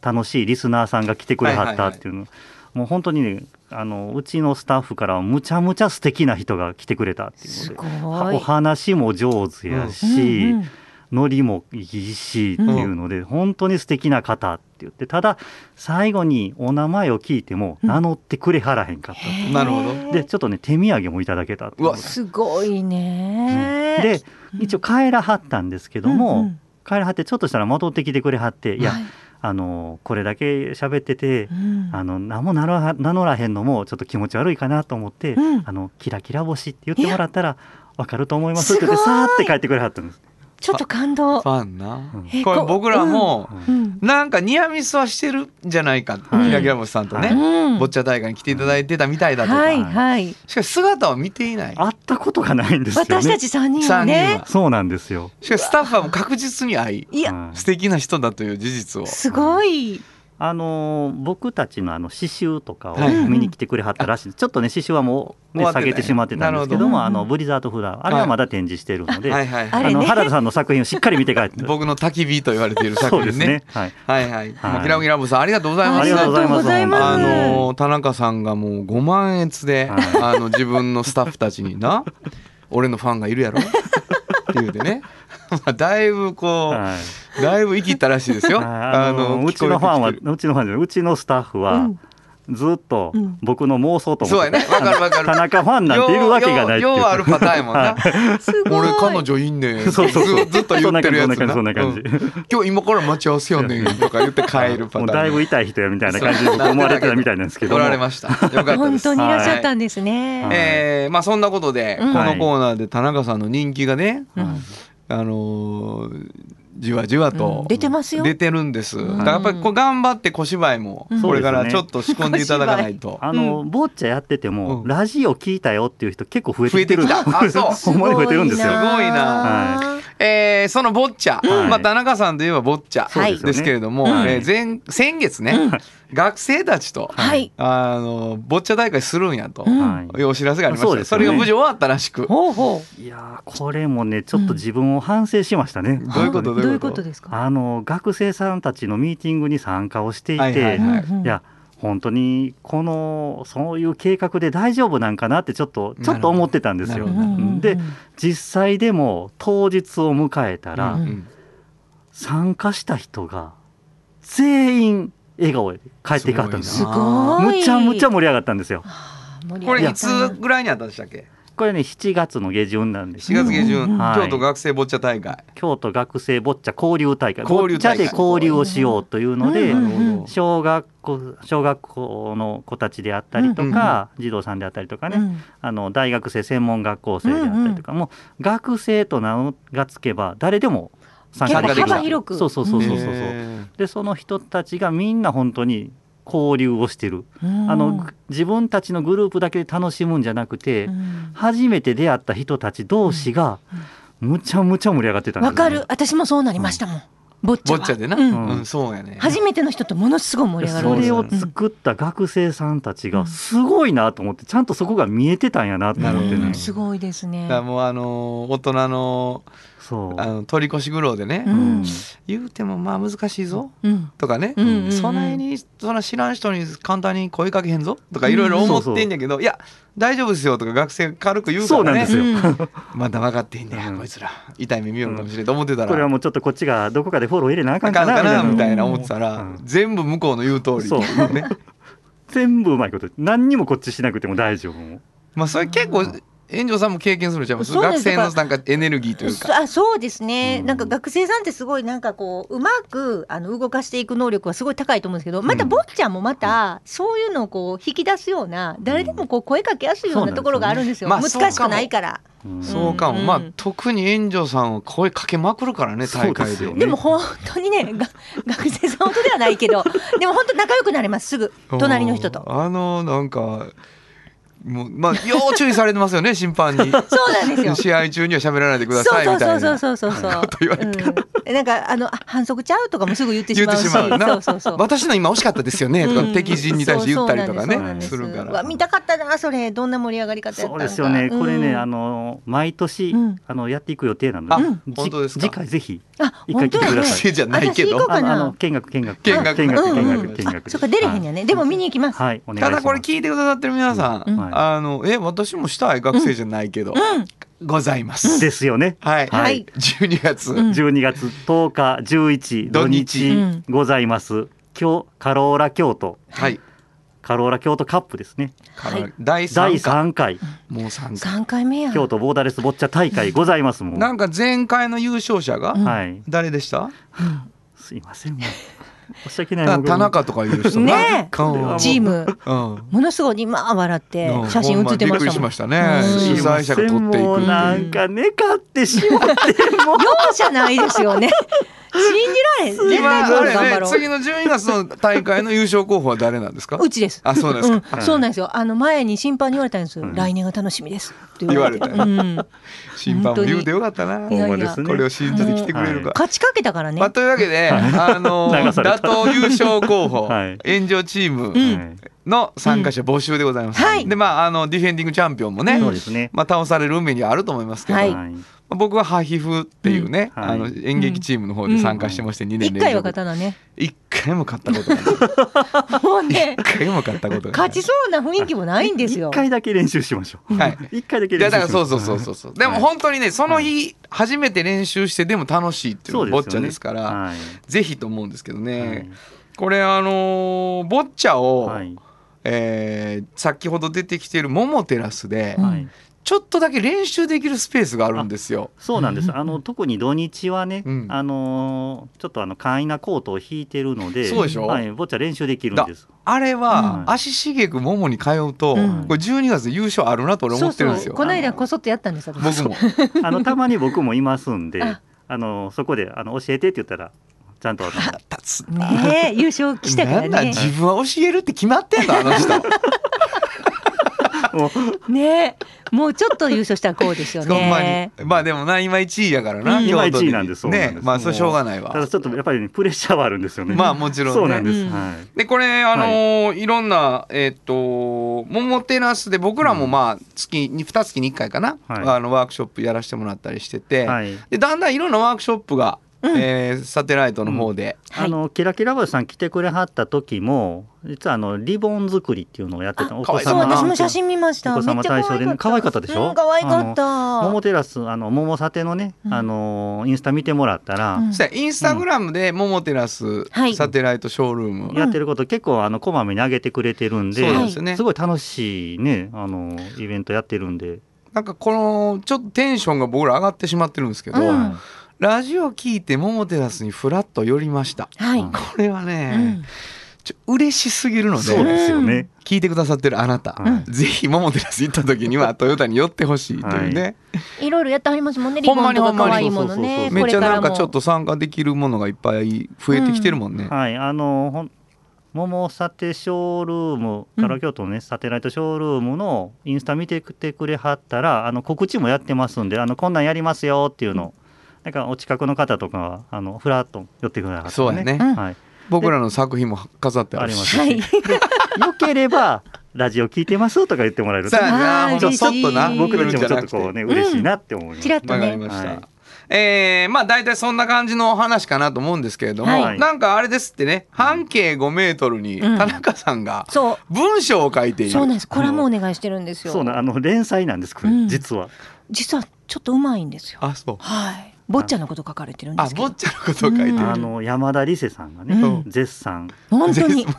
[SPEAKER 4] 楽しいリスナーさんが来てくれはったっていうの、もう本当にねあのうちのスタッフからはむちゃむちゃ素敵な人が来てくれたっていう
[SPEAKER 2] す
[SPEAKER 4] ので
[SPEAKER 2] ごい。
[SPEAKER 4] お話も上手やし、
[SPEAKER 2] うんうん
[SPEAKER 4] ノリもいいしっていうので、本当に素敵な方って言ってただ最後にお名前を聞いても
[SPEAKER 2] うん
[SPEAKER 4] 名乗ってくれはらへんかったっていう、
[SPEAKER 1] なるほど
[SPEAKER 2] へー
[SPEAKER 4] でちょっとね手土産もいただけたっていうのが
[SPEAKER 1] うわ
[SPEAKER 2] すごいね。
[SPEAKER 4] で一応帰らはったんですけども、
[SPEAKER 2] うんうん
[SPEAKER 4] 帰らはってちょっとしたら戻ってきてくれはっていや、
[SPEAKER 2] はい
[SPEAKER 4] あのこれだけ喋ってて
[SPEAKER 2] う、ん
[SPEAKER 4] あの名も名乗ら名乗らへんのもちょっと気持ち悪いかなと思って、
[SPEAKER 2] うん
[SPEAKER 4] あのキラキラ星って言ってもらったらわかると思いますって言っ
[SPEAKER 2] す
[SPEAKER 4] て
[SPEAKER 2] ごい
[SPEAKER 4] さーって帰ってくれはったんです。
[SPEAKER 2] ちょっと感動
[SPEAKER 1] フ。ァンな
[SPEAKER 4] うん。
[SPEAKER 2] え
[SPEAKER 1] これ僕らも
[SPEAKER 4] う、ん
[SPEAKER 2] うん
[SPEAKER 1] なんかニアミスはしてるんじゃないかって、
[SPEAKER 4] はい
[SPEAKER 1] キラキラ星さんと
[SPEAKER 4] う
[SPEAKER 1] ね、
[SPEAKER 2] うん
[SPEAKER 1] ボッチャ大会に来ていただいてたみたいだとか、
[SPEAKER 2] はいはい。
[SPEAKER 1] しかし姿は見ていない。
[SPEAKER 4] 会ったことがないんですよね。
[SPEAKER 2] 私たち三人は
[SPEAKER 1] 三人
[SPEAKER 2] ね
[SPEAKER 1] は。
[SPEAKER 4] そうなんですよ。
[SPEAKER 1] しかしスタッフはもう確実に愛、
[SPEAKER 2] いや
[SPEAKER 4] はい
[SPEAKER 1] 素敵な人だという事実を。
[SPEAKER 2] すごい。
[SPEAKER 4] あのー僕たちのあの刺繍とかを
[SPEAKER 1] はい
[SPEAKER 4] 見に来てくれはったらしい、ちょっとね刺繍はもう、
[SPEAKER 1] 終
[SPEAKER 4] ね、
[SPEAKER 1] わってた
[SPEAKER 4] 下
[SPEAKER 1] んや
[SPEAKER 4] げてしまってたんですけど
[SPEAKER 2] なるほ
[SPEAKER 4] も
[SPEAKER 2] ど
[SPEAKER 4] あのブリザードフラーあれはまだ展示しているので、
[SPEAKER 1] はいはい
[SPEAKER 2] あ
[SPEAKER 1] は
[SPEAKER 2] れ
[SPEAKER 4] あ
[SPEAKER 1] い。
[SPEAKER 4] の
[SPEAKER 2] ね
[SPEAKER 4] 原田さんの作品をしっかり見て帰って
[SPEAKER 1] 僕の焚き火と言われている作
[SPEAKER 4] そう
[SPEAKER 1] 品
[SPEAKER 4] です
[SPEAKER 1] ね。
[SPEAKER 4] ね、はい、
[SPEAKER 1] はいはい。
[SPEAKER 4] はい
[SPEAKER 1] もうキラキラ星さんありがとうございます。
[SPEAKER 4] ありがとうござい
[SPEAKER 2] ありが
[SPEAKER 4] ます
[SPEAKER 2] とうござ
[SPEAKER 1] あ
[SPEAKER 2] います
[SPEAKER 1] のー田中さんがもう5万円つで、
[SPEAKER 4] はい
[SPEAKER 1] あの自分のスタッフたちにな俺のファンがいるやろって言うてね まあだいぶこう、
[SPEAKER 4] はい
[SPEAKER 1] だいぶ生きったらしいですよ。
[SPEAKER 4] あの
[SPEAKER 1] 聞
[SPEAKER 4] うち
[SPEAKER 1] こえてきてる
[SPEAKER 4] のファンはうちのファンじゃないうちのスタッフはずっと
[SPEAKER 2] うん
[SPEAKER 4] 僕の妄想と思
[SPEAKER 1] そう
[SPEAKER 4] っ
[SPEAKER 1] や
[SPEAKER 4] てて、
[SPEAKER 1] ねわかるわかる
[SPEAKER 4] 田中ファンなんているわけがないって
[SPEAKER 1] ようようようあるパターンやもんな。
[SPEAKER 2] すごい。
[SPEAKER 1] 俺彼女いんねん。
[SPEAKER 4] そうそうそう
[SPEAKER 1] ずずっと言ってるやつ
[SPEAKER 4] そんな感じそんな感じ
[SPEAKER 1] うん今日今から待ち合わせやねんとか言って帰るパ
[SPEAKER 4] もう
[SPEAKER 1] タ
[SPEAKER 4] だい
[SPEAKER 1] ーン。
[SPEAKER 4] ぶ痛い人やみたいな感じで僕思われてたみたいなんですけど
[SPEAKER 1] お
[SPEAKER 4] も
[SPEAKER 1] られました。よかったです。
[SPEAKER 2] 本当にいらっしゃった
[SPEAKER 1] はい
[SPEAKER 2] んです
[SPEAKER 4] はい
[SPEAKER 2] ね。
[SPEAKER 1] えーまあそんなことで、
[SPEAKER 2] うん
[SPEAKER 1] このコーナーで田中さんの人気がね、
[SPEAKER 2] うん
[SPEAKER 1] あのーじわじわと、
[SPEAKER 2] うん出てますよ
[SPEAKER 1] 出てるんです、
[SPEAKER 2] ん
[SPEAKER 1] だからやっぱりこう頑張って小芝居も
[SPEAKER 2] うん
[SPEAKER 1] これからちょっと仕込んでいただかないと、
[SPEAKER 4] あの、ボッチャやってても、
[SPEAKER 1] うん
[SPEAKER 4] ラジオ聞いたよっていう人結構増え
[SPEAKER 1] 増え
[SPEAKER 4] てきて
[SPEAKER 1] て
[SPEAKER 4] る
[SPEAKER 1] き
[SPEAKER 4] んで
[SPEAKER 1] たあ そう
[SPEAKER 4] ほんまに増えてるんですよ。
[SPEAKER 2] すごいな
[SPEAKER 4] は
[SPEAKER 1] えーそのボッチャ、
[SPEAKER 4] はい
[SPEAKER 1] まあ、田中さんといえばボッチ
[SPEAKER 4] そう
[SPEAKER 1] ャ
[SPEAKER 4] ですよね
[SPEAKER 1] ですけれども、
[SPEAKER 4] はい
[SPEAKER 1] えー前先月ね、学生たちと、
[SPEAKER 2] はい
[SPEAKER 1] あのボッチャ大会するんやと、
[SPEAKER 2] うん
[SPEAKER 4] はい
[SPEAKER 1] いうお知らせがありました
[SPEAKER 4] そう
[SPEAKER 1] そ,、
[SPEAKER 4] です
[SPEAKER 1] そ
[SPEAKER 4] よね
[SPEAKER 1] れが無事終わったらしく。
[SPEAKER 2] ほうほ
[SPEAKER 4] いやーこれもねちょっと自分を反省しましたね。
[SPEAKER 1] どういうこ
[SPEAKER 2] う。
[SPEAKER 1] と
[SPEAKER 2] どういうことですか。
[SPEAKER 4] あの学生さんたちのミーティングに参加をしていて、
[SPEAKER 1] はいはい
[SPEAKER 4] い
[SPEAKER 1] はい
[SPEAKER 2] うんうん
[SPEAKER 4] や本当にこのそういう計画で大丈夫なんかなってちょっとちょっと思ってたんですよ。
[SPEAKER 1] なる
[SPEAKER 2] うんうんうん
[SPEAKER 4] で実際でも当日を迎えたら、
[SPEAKER 2] うん
[SPEAKER 1] うん
[SPEAKER 4] 参加した人が全員笑顔で帰っていかはったんですす
[SPEAKER 1] す
[SPEAKER 4] よ。
[SPEAKER 2] ごい。
[SPEAKER 4] むちゃむちゃ盛り上がったんですよ。
[SPEAKER 2] 盛り
[SPEAKER 1] こ
[SPEAKER 2] 上
[SPEAKER 1] れ
[SPEAKER 2] が
[SPEAKER 1] い
[SPEAKER 2] っ
[SPEAKER 1] つ
[SPEAKER 2] たな
[SPEAKER 1] ぐらいにあったんでしたっけ
[SPEAKER 4] これね7月の下旬なんです
[SPEAKER 1] 4月下旬、
[SPEAKER 2] うん
[SPEAKER 4] はい
[SPEAKER 1] 京都学生ボッチャ大会、
[SPEAKER 4] 京都学生ボッチャ交流大会
[SPEAKER 1] 交流大会
[SPEAKER 4] ボッチャで交流をしようというので、
[SPEAKER 2] うんうんうん
[SPEAKER 4] 小学校小学校の子たちであったりとか、児童さんであったりとかね、
[SPEAKER 2] うん
[SPEAKER 4] あの大学生専門学校生であったりとか、もう学生と名をがつけば誰でも参加できる
[SPEAKER 1] 結構幅
[SPEAKER 2] 広く
[SPEAKER 4] そうそうそうそうそうそう、
[SPEAKER 1] え
[SPEAKER 4] でその人たちがみんな本当に交流をしてる、
[SPEAKER 2] うん
[SPEAKER 4] あの自分たちのグループだけで楽しむんじゃなくて、
[SPEAKER 2] うん
[SPEAKER 4] 初めて出会った人たち同士がむちゃむちゃ盛り上がってたんです
[SPEAKER 2] わか
[SPEAKER 4] よ
[SPEAKER 2] る。私もそうなりましたもん。ボッチ
[SPEAKER 1] ー
[SPEAKER 2] ャは。
[SPEAKER 1] ボッチャでな、う
[SPEAKER 2] うん
[SPEAKER 4] ん
[SPEAKER 1] そうやね
[SPEAKER 2] 初めての人とものすごい盛り上がる
[SPEAKER 4] そ
[SPEAKER 2] んです
[SPEAKER 4] れ
[SPEAKER 2] よ。
[SPEAKER 4] を作った学生さんたちがすごいなと思ってちゃんとそこが見えてたんやなと思って
[SPEAKER 1] なるほど
[SPEAKER 4] ね
[SPEAKER 1] ね
[SPEAKER 2] すごいですね
[SPEAKER 1] だか。らもうあのー大人の
[SPEAKER 4] そう
[SPEAKER 1] あの取り越し苦労でね、
[SPEAKER 2] う
[SPEAKER 4] うんん
[SPEAKER 1] 言うてもまあ難しいぞ
[SPEAKER 2] うん。
[SPEAKER 1] とかね、
[SPEAKER 2] うんうんうん
[SPEAKER 1] そないにそんな知らん人に簡単に声かけへんぞとかいろいろ思ってんやけど、いや大丈夫ですよとか学生軽く言うか
[SPEAKER 4] そうな
[SPEAKER 1] らね
[SPEAKER 4] んですよ、
[SPEAKER 2] うん
[SPEAKER 1] まだ分かってへんねや、こいつら痛い目見よるかもしれんと思ってたら、
[SPEAKER 4] これはもうちょっとこっちがどこかでフォロー入れなあか
[SPEAKER 1] あ
[SPEAKER 4] ん
[SPEAKER 1] か
[SPEAKER 4] か
[SPEAKER 1] んかな
[SPEAKER 4] な
[SPEAKER 1] み
[SPEAKER 4] みた
[SPEAKER 1] た
[SPEAKER 4] い
[SPEAKER 1] い
[SPEAKER 4] な
[SPEAKER 1] な思ってたら、
[SPEAKER 4] うん
[SPEAKER 1] 全部向こうの言う通り
[SPEAKER 4] そう
[SPEAKER 1] ね
[SPEAKER 4] 全部うまいこと何にもこっちしなくても大丈夫も
[SPEAKER 1] まあそれ結構炎上さんも経験するじゃん
[SPEAKER 2] そうなん
[SPEAKER 1] 学
[SPEAKER 2] です
[SPEAKER 1] 生のなんかエネルギーという
[SPEAKER 2] そ
[SPEAKER 1] か
[SPEAKER 2] あそうですね、
[SPEAKER 4] うん
[SPEAKER 2] なんか学生さんってすごいなんかこううまくあの動かしていく能力はすごい高いと思うんですけどまた坊ちゃんもまたそういうのをこう引き出すような誰でもこう声かけやすいようなところがあるんですよ、
[SPEAKER 1] そうなんですよねまあ
[SPEAKER 2] 難しくないから、
[SPEAKER 4] うん
[SPEAKER 1] そうかも、
[SPEAKER 2] うん
[SPEAKER 1] まあ特に炎上さんは声かけまくるからね大
[SPEAKER 4] そうで
[SPEAKER 1] 会
[SPEAKER 4] す
[SPEAKER 1] で
[SPEAKER 4] よね
[SPEAKER 2] でも本当にねが 学生さんほどで はないけどでも本当仲良くなれますすぐ隣の人と
[SPEAKER 1] あのなんかもうまあ要注意されてます よね審判に
[SPEAKER 2] そうなんですよ。
[SPEAKER 1] 試合中には喋らないでくだ
[SPEAKER 2] そ
[SPEAKER 1] さ
[SPEAKER 2] う
[SPEAKER 1] いみたいな
[SPEAKER 2] そうそうそうそうそう
[SPEAKER 1] こと言われて
[SPEAKER 2] うん、なんかあのあ反則ちゃうとかもすぐ言ってし
[SPEAKER 1] 言っ
[SPEAKER 2] ま
[SPEAKER 1] て
[SPEAKER 2] うし
[SPEAKER 1] しまうな
[SPEAKER 2] そうそうそう
[SPEAKER 1] 私の今惜しかったですよねとか、
[SPEAKER 2] うん
[SPEAKER 1] 敵陣に対して言ったりとか
[SPEAKER 2] そうなん
[SPEAKER 1] ね
[SPEAKER 2] ですすそうなん
[SPEAKER 1] る
[SPEAKER 2] です
[SPEAKER 1] から
[SPEAKER 2] うわ見たかったなそれどんな盛り上がり方やった
[SPEAKER 4] そ
[SPEAKER 2] ん
[SPEAKER 4] う
[SPEAKER 2] か
[SPEAKER 4] ですよね、これ
[SPEAKER 2] う
[SPEAKER 4] ね、
[SPEAKER 2] ん
[SPEAKER 4] あの毎年、
[SPEAKER 2] うん
[SPEAKER 4] あのやっていく予定なの
[SPEAKER 1] あ
[SPEAKER 4] で、じ
[SPEAKER 1] 本当ですか
[SPEAKER 4] 次回ぜひ
[SPEAKER 2] あ
[SPEAKER 4] 一回来てください
[SPEAKER 1] じゃないけ
[SPEAKER 2] 私行こ
[SPEAKER 1] ど
[SPEAKER 2] うか
[SPEAKER 4] あの
[SPEAKER 2] な
[SPEAKER 4] あの見学見学
[SPEAKER 1] 見学
[SPEAKER 4] 見学
[SPEAKER 2] うん
[SPEAKER 4] 見
[SPEAKER 2] うんう
[SPEAKER 4] 学
[SPEAKER 2] ん
[SPEAKER 4] 見
[SPEAKER 2] あ
[SPEAKER 4] 学
[SPEAKER 2] そっか出れへんや
[SPEAKER 4] ね
[SPEAKER 2] ねでも見に行きます、
[SPEAKER 4] はい、お願いしま
[SPEAKER 1] ただ
[SPEAKER 4] す
[SPEAKER 1] これ聞いてくださってる皆さん、
[SPEAKER 4] うんはい
[SPEAKER 1] あのえ私もしたい学生じゃないけど、ございます、
[SPEAKER 4] ですよね
[SPEAKER 1] はい、
[SPEAKER 2] はい
[SPEAKER 1] 12月、
[SPEAKER 2] うん
[SPEAKER 4] 12月10日11
[SPEAKER 1] 土
[SPEAKER 4] 土
[SPEAKER 1] 日
[SPEAKER 4] 日ございます今日カローラ京都
[SPEAKER 1] はい、
[SPEAKER 4] カローラ京都カップですね
[SPEAKER 2] はい
[SPEAKER 1] 第
[SPEAKER 4] 第
[SPEAKER 1] 3回
[SPEAKER 4] 3回
[SPEAKER 1] もう三回
[SPEAKER 2] 三回目やん
[SPEAKER 4] 京都ボーダーレスボッチャ大会ございますもん
[SPEAKER 1] なんか前回の優勝者が、
[SPEAKER 4] はい
[SPEAKER 1] 誰でした、
[SPEAKER 4] すいませんもう申し訳ない
[SPEAKER 1] あ
[SPEAKER 4] もう
[SPEAKER 1] 田中とかいう人
[SPEAKER 2] ねえ
[SPEAKER 1] うん
[SPEAKER 4] これはもう
[SPEAKER 2] チーム
[SPEAKER 1] うん
[SPEAKER 2] ものすごい今笑って
[SPEAKER 1] うん
[SPEAKER 2] 写真写って
[SPEAKER 1] ほ
[SPEAKER 2] ま
[SPEAKER 1] んびっくり
[SPEAKER 2] した
[SPEAKER 1] し
[SPEAKER 2] もん
[SPEAKER 1] ましたね
[SPEAKER 2] うん
[SPEAKER 1] 主催者が撮ってい
[SPEAKER 4] も
[SPEAKER 1] く
[SPEAKER 4] うなんかねかってしまってもう
[SPEAKER 2] 容赦ないで すよね信じられん絶対
[SPEAKER 1] 今
[SPEAKER 2] ゴー
[SPEAKER 1] あ
[SPEAKER 2] ル頑張
[SPEAKER 1] れね
[SPEAKER 2] ろ
[SPEAKER 1] 次の12月の大会の優勝候補は誰なんですか
[SPEAKER 2] ううちです
[SPEAKER 1] あそうなんですか、
[SPEAKER 2] うん、そうなんですよあの前に審判に言われたんですよ、来年が楽しみですって言われて
[SPEAKER 1] 言わ
[SPEAKER 2] うん、
[SPEAKER 1] 審判も言うてよかったな
[SPEAKER 2] 当にいやいや
[SPEAKER 4] ほんまですね
[SPEAKER 1] これを信じて来てくれるか、
[SPEAKER 2] 勝ちかけたからね
[SPEAKER 1] まあ、というわけで、あの
[SPEAKER 4] 流され
[SPEAKER 1] 打
[SPEAKER 4] た
[SPEAKER 1] 倒優勝候補、
[SPEAKER 4] はい
[SPEAKER 1] 炎上チーム
[SPEAKER 4] はい
[SPEAKER 1] の参加者募集でございます、
[SPEAKER 2] うんはい
[SPEAKER 1] でまああのディフェンディングチャンピオンもね、
[SPEAKER 4] そうですね
[SPEAKER 1] まあ、倒される運命にはあると思いますけど、
[SPEAKER 2] は
[SPEAKER 4] はいい
[SPEAKER 1] まあ僕はハヒフっていうね、
[SPEAKER 4] うん
[SPEAKER 1] あの
[SPEAKER 4] は
[SPEAKER 1] 演劇チームの方で参加してまして2年連
[SPEAKER 2] 一
[SPEAKER 1] 続
[SPEAKER 2] 回は勝たなね
[SPEAKER 1] 一回も勝ったことがない
[SPEAKER 2] もうね
[SPEAKER 1] 一回も勝ったことがない
[SPEAKER 2] 勝ちそうな雰囲気もないんですよ
[SPEAKER 4] 一回だけ練習しましょう
[SPEAKER 1] はい
[SPEAKER 4] 一回だけ
[SPEAKER 1] いや
[SPEAKER 4] 練習
[SPEAKER 1] だ
[SPEAKER 4] し
[SPEAKER 1] か
[SPEAKER 4] ま
[SPEAKER 1] ら
[SPEAKER 4] し
[SPEAKER 1] そ
[SPEAKER 4] ょ
[SPEAKER 1] うそうそうそうそうでも本当にねその日初めて練習してでも楽しいっていうのがボッチャですから
[SPEAKER 4] はい
[SPEAKER 1] ぜひと思うんですけどね、
[SPEAKER 4] はい
[SPEAKER 1] これあのーボッチャを、
[SPEAKER 4] はい
[SPEAKER 1] えー先ほど出てきているモモテラスで、
[SPEAKER 2] うん
[SPEAKER 4] はい
[SPEAKER 1] ちょっとだけ練習できるスペースがあるんですよ。
[SPEAKER 4] そうなんです。あの特に土日はね、
[SPEAKER 1] うん
[SPEAKER 4] あのーちょっとあの簡易なコートを引いてるので、
[SPEAKER 1] そうでしょ
[SPEAKER 4] はい、ボッチャ練習できるんです。
[SPEAKER 1] あれは、
[SPEAKER 4] うん
[SPEAKER 1] 足しげくモモに通うと、
[SPEAKER 2] うん
[SPEAKER 1] これ12月で優勝あるなと俺
[SPEAKER 2] そ
[SPEAKER 1] 思
[SPEAKER 2] う
[SPEAKER 1] ってるんです
[SPEAKER 2] そう
[SPEAKER 1] よ。
[SPEAKER 2] この間こそっとやったんですよ
[SPEAKER 1] 僕も
[SPEAKER 4] あのたまに僕もいます んで
[SPEAKER 2] あ、
[SPEAKER 4] あのそこであの教えてって言ったらちゃんとあの
[SPEAKER 1] 立つ
[SPEAKER 2] ねえ優勝来たか
[SPEAKER 1] なんだ
[SPEAKER 2] らね
[SPEAKER 1] 自分は教えるって決まってんのあの人
[SPEAKER 4] もう
[SPEAKER 2] ねえもうちょっと優勝したらこうですよ
[SPEAKER 1] ほんまに
[SPEAKER 2] ね
[SPEAKER 1] まあでもな今1位やからな、
[SPEAKER 4] うん
[SPEAKER 1] 京都
[SPEAKER 4] 今1位なんですそうなんです
[SPEAKER 1] ねまあそれしょうがない
[SPEAKER 4] た
[SPEAKER 1] わ
[SPEAKER 4] だちょっとやっぱりね、プレッシャーはあるんですよね。
[SPEAKER 1] まあもちろんね
[SPEAKER 4] そうなんです。
[SPEAKER 2] うん
[SPEAKER 4] は
[SPEAKER 1] でこれあのーい、ろんなえーっと「ももてなす」で僕らもまあ月に2月に1回かな、
[SPEAKER 4] はい
[SPEAKER 1] あのワークショップやらせてもらったりしてて、
[SPEAKER 4] い。はい。
[SPEAKER 1] でだんだんいろんなワークショップが、
[SPEAKER 2] うん
[SPEAKER 1] えーサテライトの方で、
[SPEAKER 2] はい
[SPEAKER 4] あのキラキラ星さん来てくれはった時も実はあのリボン作りっていうのをやってたお
[SPEAKER 1] か
[SPEAKER 4] 子
[SPEAKER 1] わい
[SPEAKER 2] そう
[SPEAKER 4] 様
[SPEAKER 2] 私も写真見ました
[SPEAKER 4] お子様
[SPEAKER 2] めっちゃ
[SPEAKER 4] 対象でね可愛かったでしょ
[SPEAKER 2] うん可愛かった
[SPEAKER 4] 桃テラスあの桃サテのね、
[SPEAKER 2] うん
[SPEAKER 4] あのインスタ見てもらったら、
[SPEAKER 2] うん
[SPEAKER 1] そしたらインスタグラムで「ももテラス
[SPEAKER 2] はい
[SPEAKER 1] サテライトショールーム」
[SPEAKER 4] やってること結構あのこまめに上げてくれてるんで、
[SPEAKER 1] そうなんですよね
[SPEAKER 4] すごい楽しいねあのイベントやってるんで、
[SPEAKER 1] なんかこのちょっとテンションが僕ら上がってしまってるんですけど、
[SPEAKER 2] うん
[SPEAKER 4] は
[SPEAKER 1] ラジオ聞いて「ももテラス」にフラッと寄りました。
[SPEAKER 2] はい、
[SPEAKER 1] これはね、ちょ嬉しすぎるの
[SPEAKER 4] いそう
[SPEAKER 1] で
[SPEAKER 4] ですよね、
[SPEAKER 1] 聞いてくださってるあなた、
[SPEAKER 4] は
[SPEAKER 1] ぜひモモテラス行った時に はトヨタに寄ってほしいというね、
[SPEAKER 2] いろいろやってはりますもんねリ
[SPEAKER 1] ほ
[SPEAKER 2] ボ
[SPEAKER 1] んま
[SPEAKER 2] ン
[SPEAKER 1] に
[SPEAKER 2] と
[SPEAKER 1] ほ
[SPEAKER 2] か
[SPEAKER 1] んまに
[SPEAKER 2] 可愛いもの
[SPEAKER 4] そうそう
[SPEAKER 2] ね
[SPEAKER 4] そう
[SPEAKER 1] めっちゃなん
[SPEAKER 2] これ
[SPEAKER 1] から
[SPEAKER 2] も
[SPEAKER 1] ちょっと参加できるものがいっぱい増えてきてるもんね。
[SPEAKER 4] はいあのほん桃サテショールーム
[SPEAKER 2] うん
[SPEAKER 4] カラオケ京都のね、サテライトショールームのインスタ見ててくれはったらあの告知もやってますんであのこんなんやりますよっていうのをなんかお近くの方とかはあのふらっと寄ってくれはったら
[SPEAKER 1] そうやね
[SPEAKER 2] うん
[SPEAKER 4] はい、
[SPEAKER 1] 僕らの作品も飾ってあ
[SPEAKER 4] あ
[SPEAKER 1] る
[SPEAKER 4] り
[SPEAKER 1] し
[SPEAKER 4] ますし、
[SPEAKER 2] はい
[SPEAKER 4] よければラジオ聞いてますとか言ってもらえると
[SPEAKER 1] さあ
[SPEAKER 2] あ
[SPEAKER 1] な
[SPEAKER 2] ー
[SPEAKER 1] ほんとそっとな
[SPEAKER 2] 嬉しい
[SPEAKER 4] 僕たちもちょっと
[SPEAKER 1] 来
[SPEAKER 4] こ
[SPEAKER 1] る
[SPEAKER 4] うん
[SPEAKER 1] じゃ
[SPEAKER 4] ね
[SPEAKER 1] なくて
[SPEAKER 4] 嬉しいなって思います、
[SPEAKER 2] ちらっと
[SPEAKER 1] わか
[SPEAKER 2] ね
[SPEAKER 1] りました、
[SPEAKER 4] はい
[SPEAKER 1] えーまあ大体そんな感じのお話かなと思うんですけれども、
[SPEAKER 4] はい
[SPEAKER 1] なんかあれですってね半径5メートルに
[SPEAKER 2] うん
[SPEAKER 1] 田中さんが
[SPEAKER 2] そ
[SPEAKER 1] 文章を書いていう る、
[SPEAKER 2] そうなんですこれはもうお願いしてるんですよ
[SPEAKER 4] そうなんあの連載なんですこれ、
[SPEAKER 2] うん
[SPEAKER 4] 実は
[SPEAKER 2] 実はちょっとうまいんですよ
[SPEAKER 1] あそう
[SPEAKER 2] はいボッチャのこと書かれてるんで
[SPEAKER 1] あ
[SPEAKER 2] すけ
[SPEAKER 1] ぼ
[SPEAKER 2] ど
[SPEAKER 1] っちゃんのことを書いてる、
[SPEAKER 2] うん
[SPEAKER 4] あの山田理瀬さんがね、
[SPEAKER 2] うん
[SPEAKER 4] 絶賛
[SPEAKER 2] 本当に
[SPEAKER 4] 田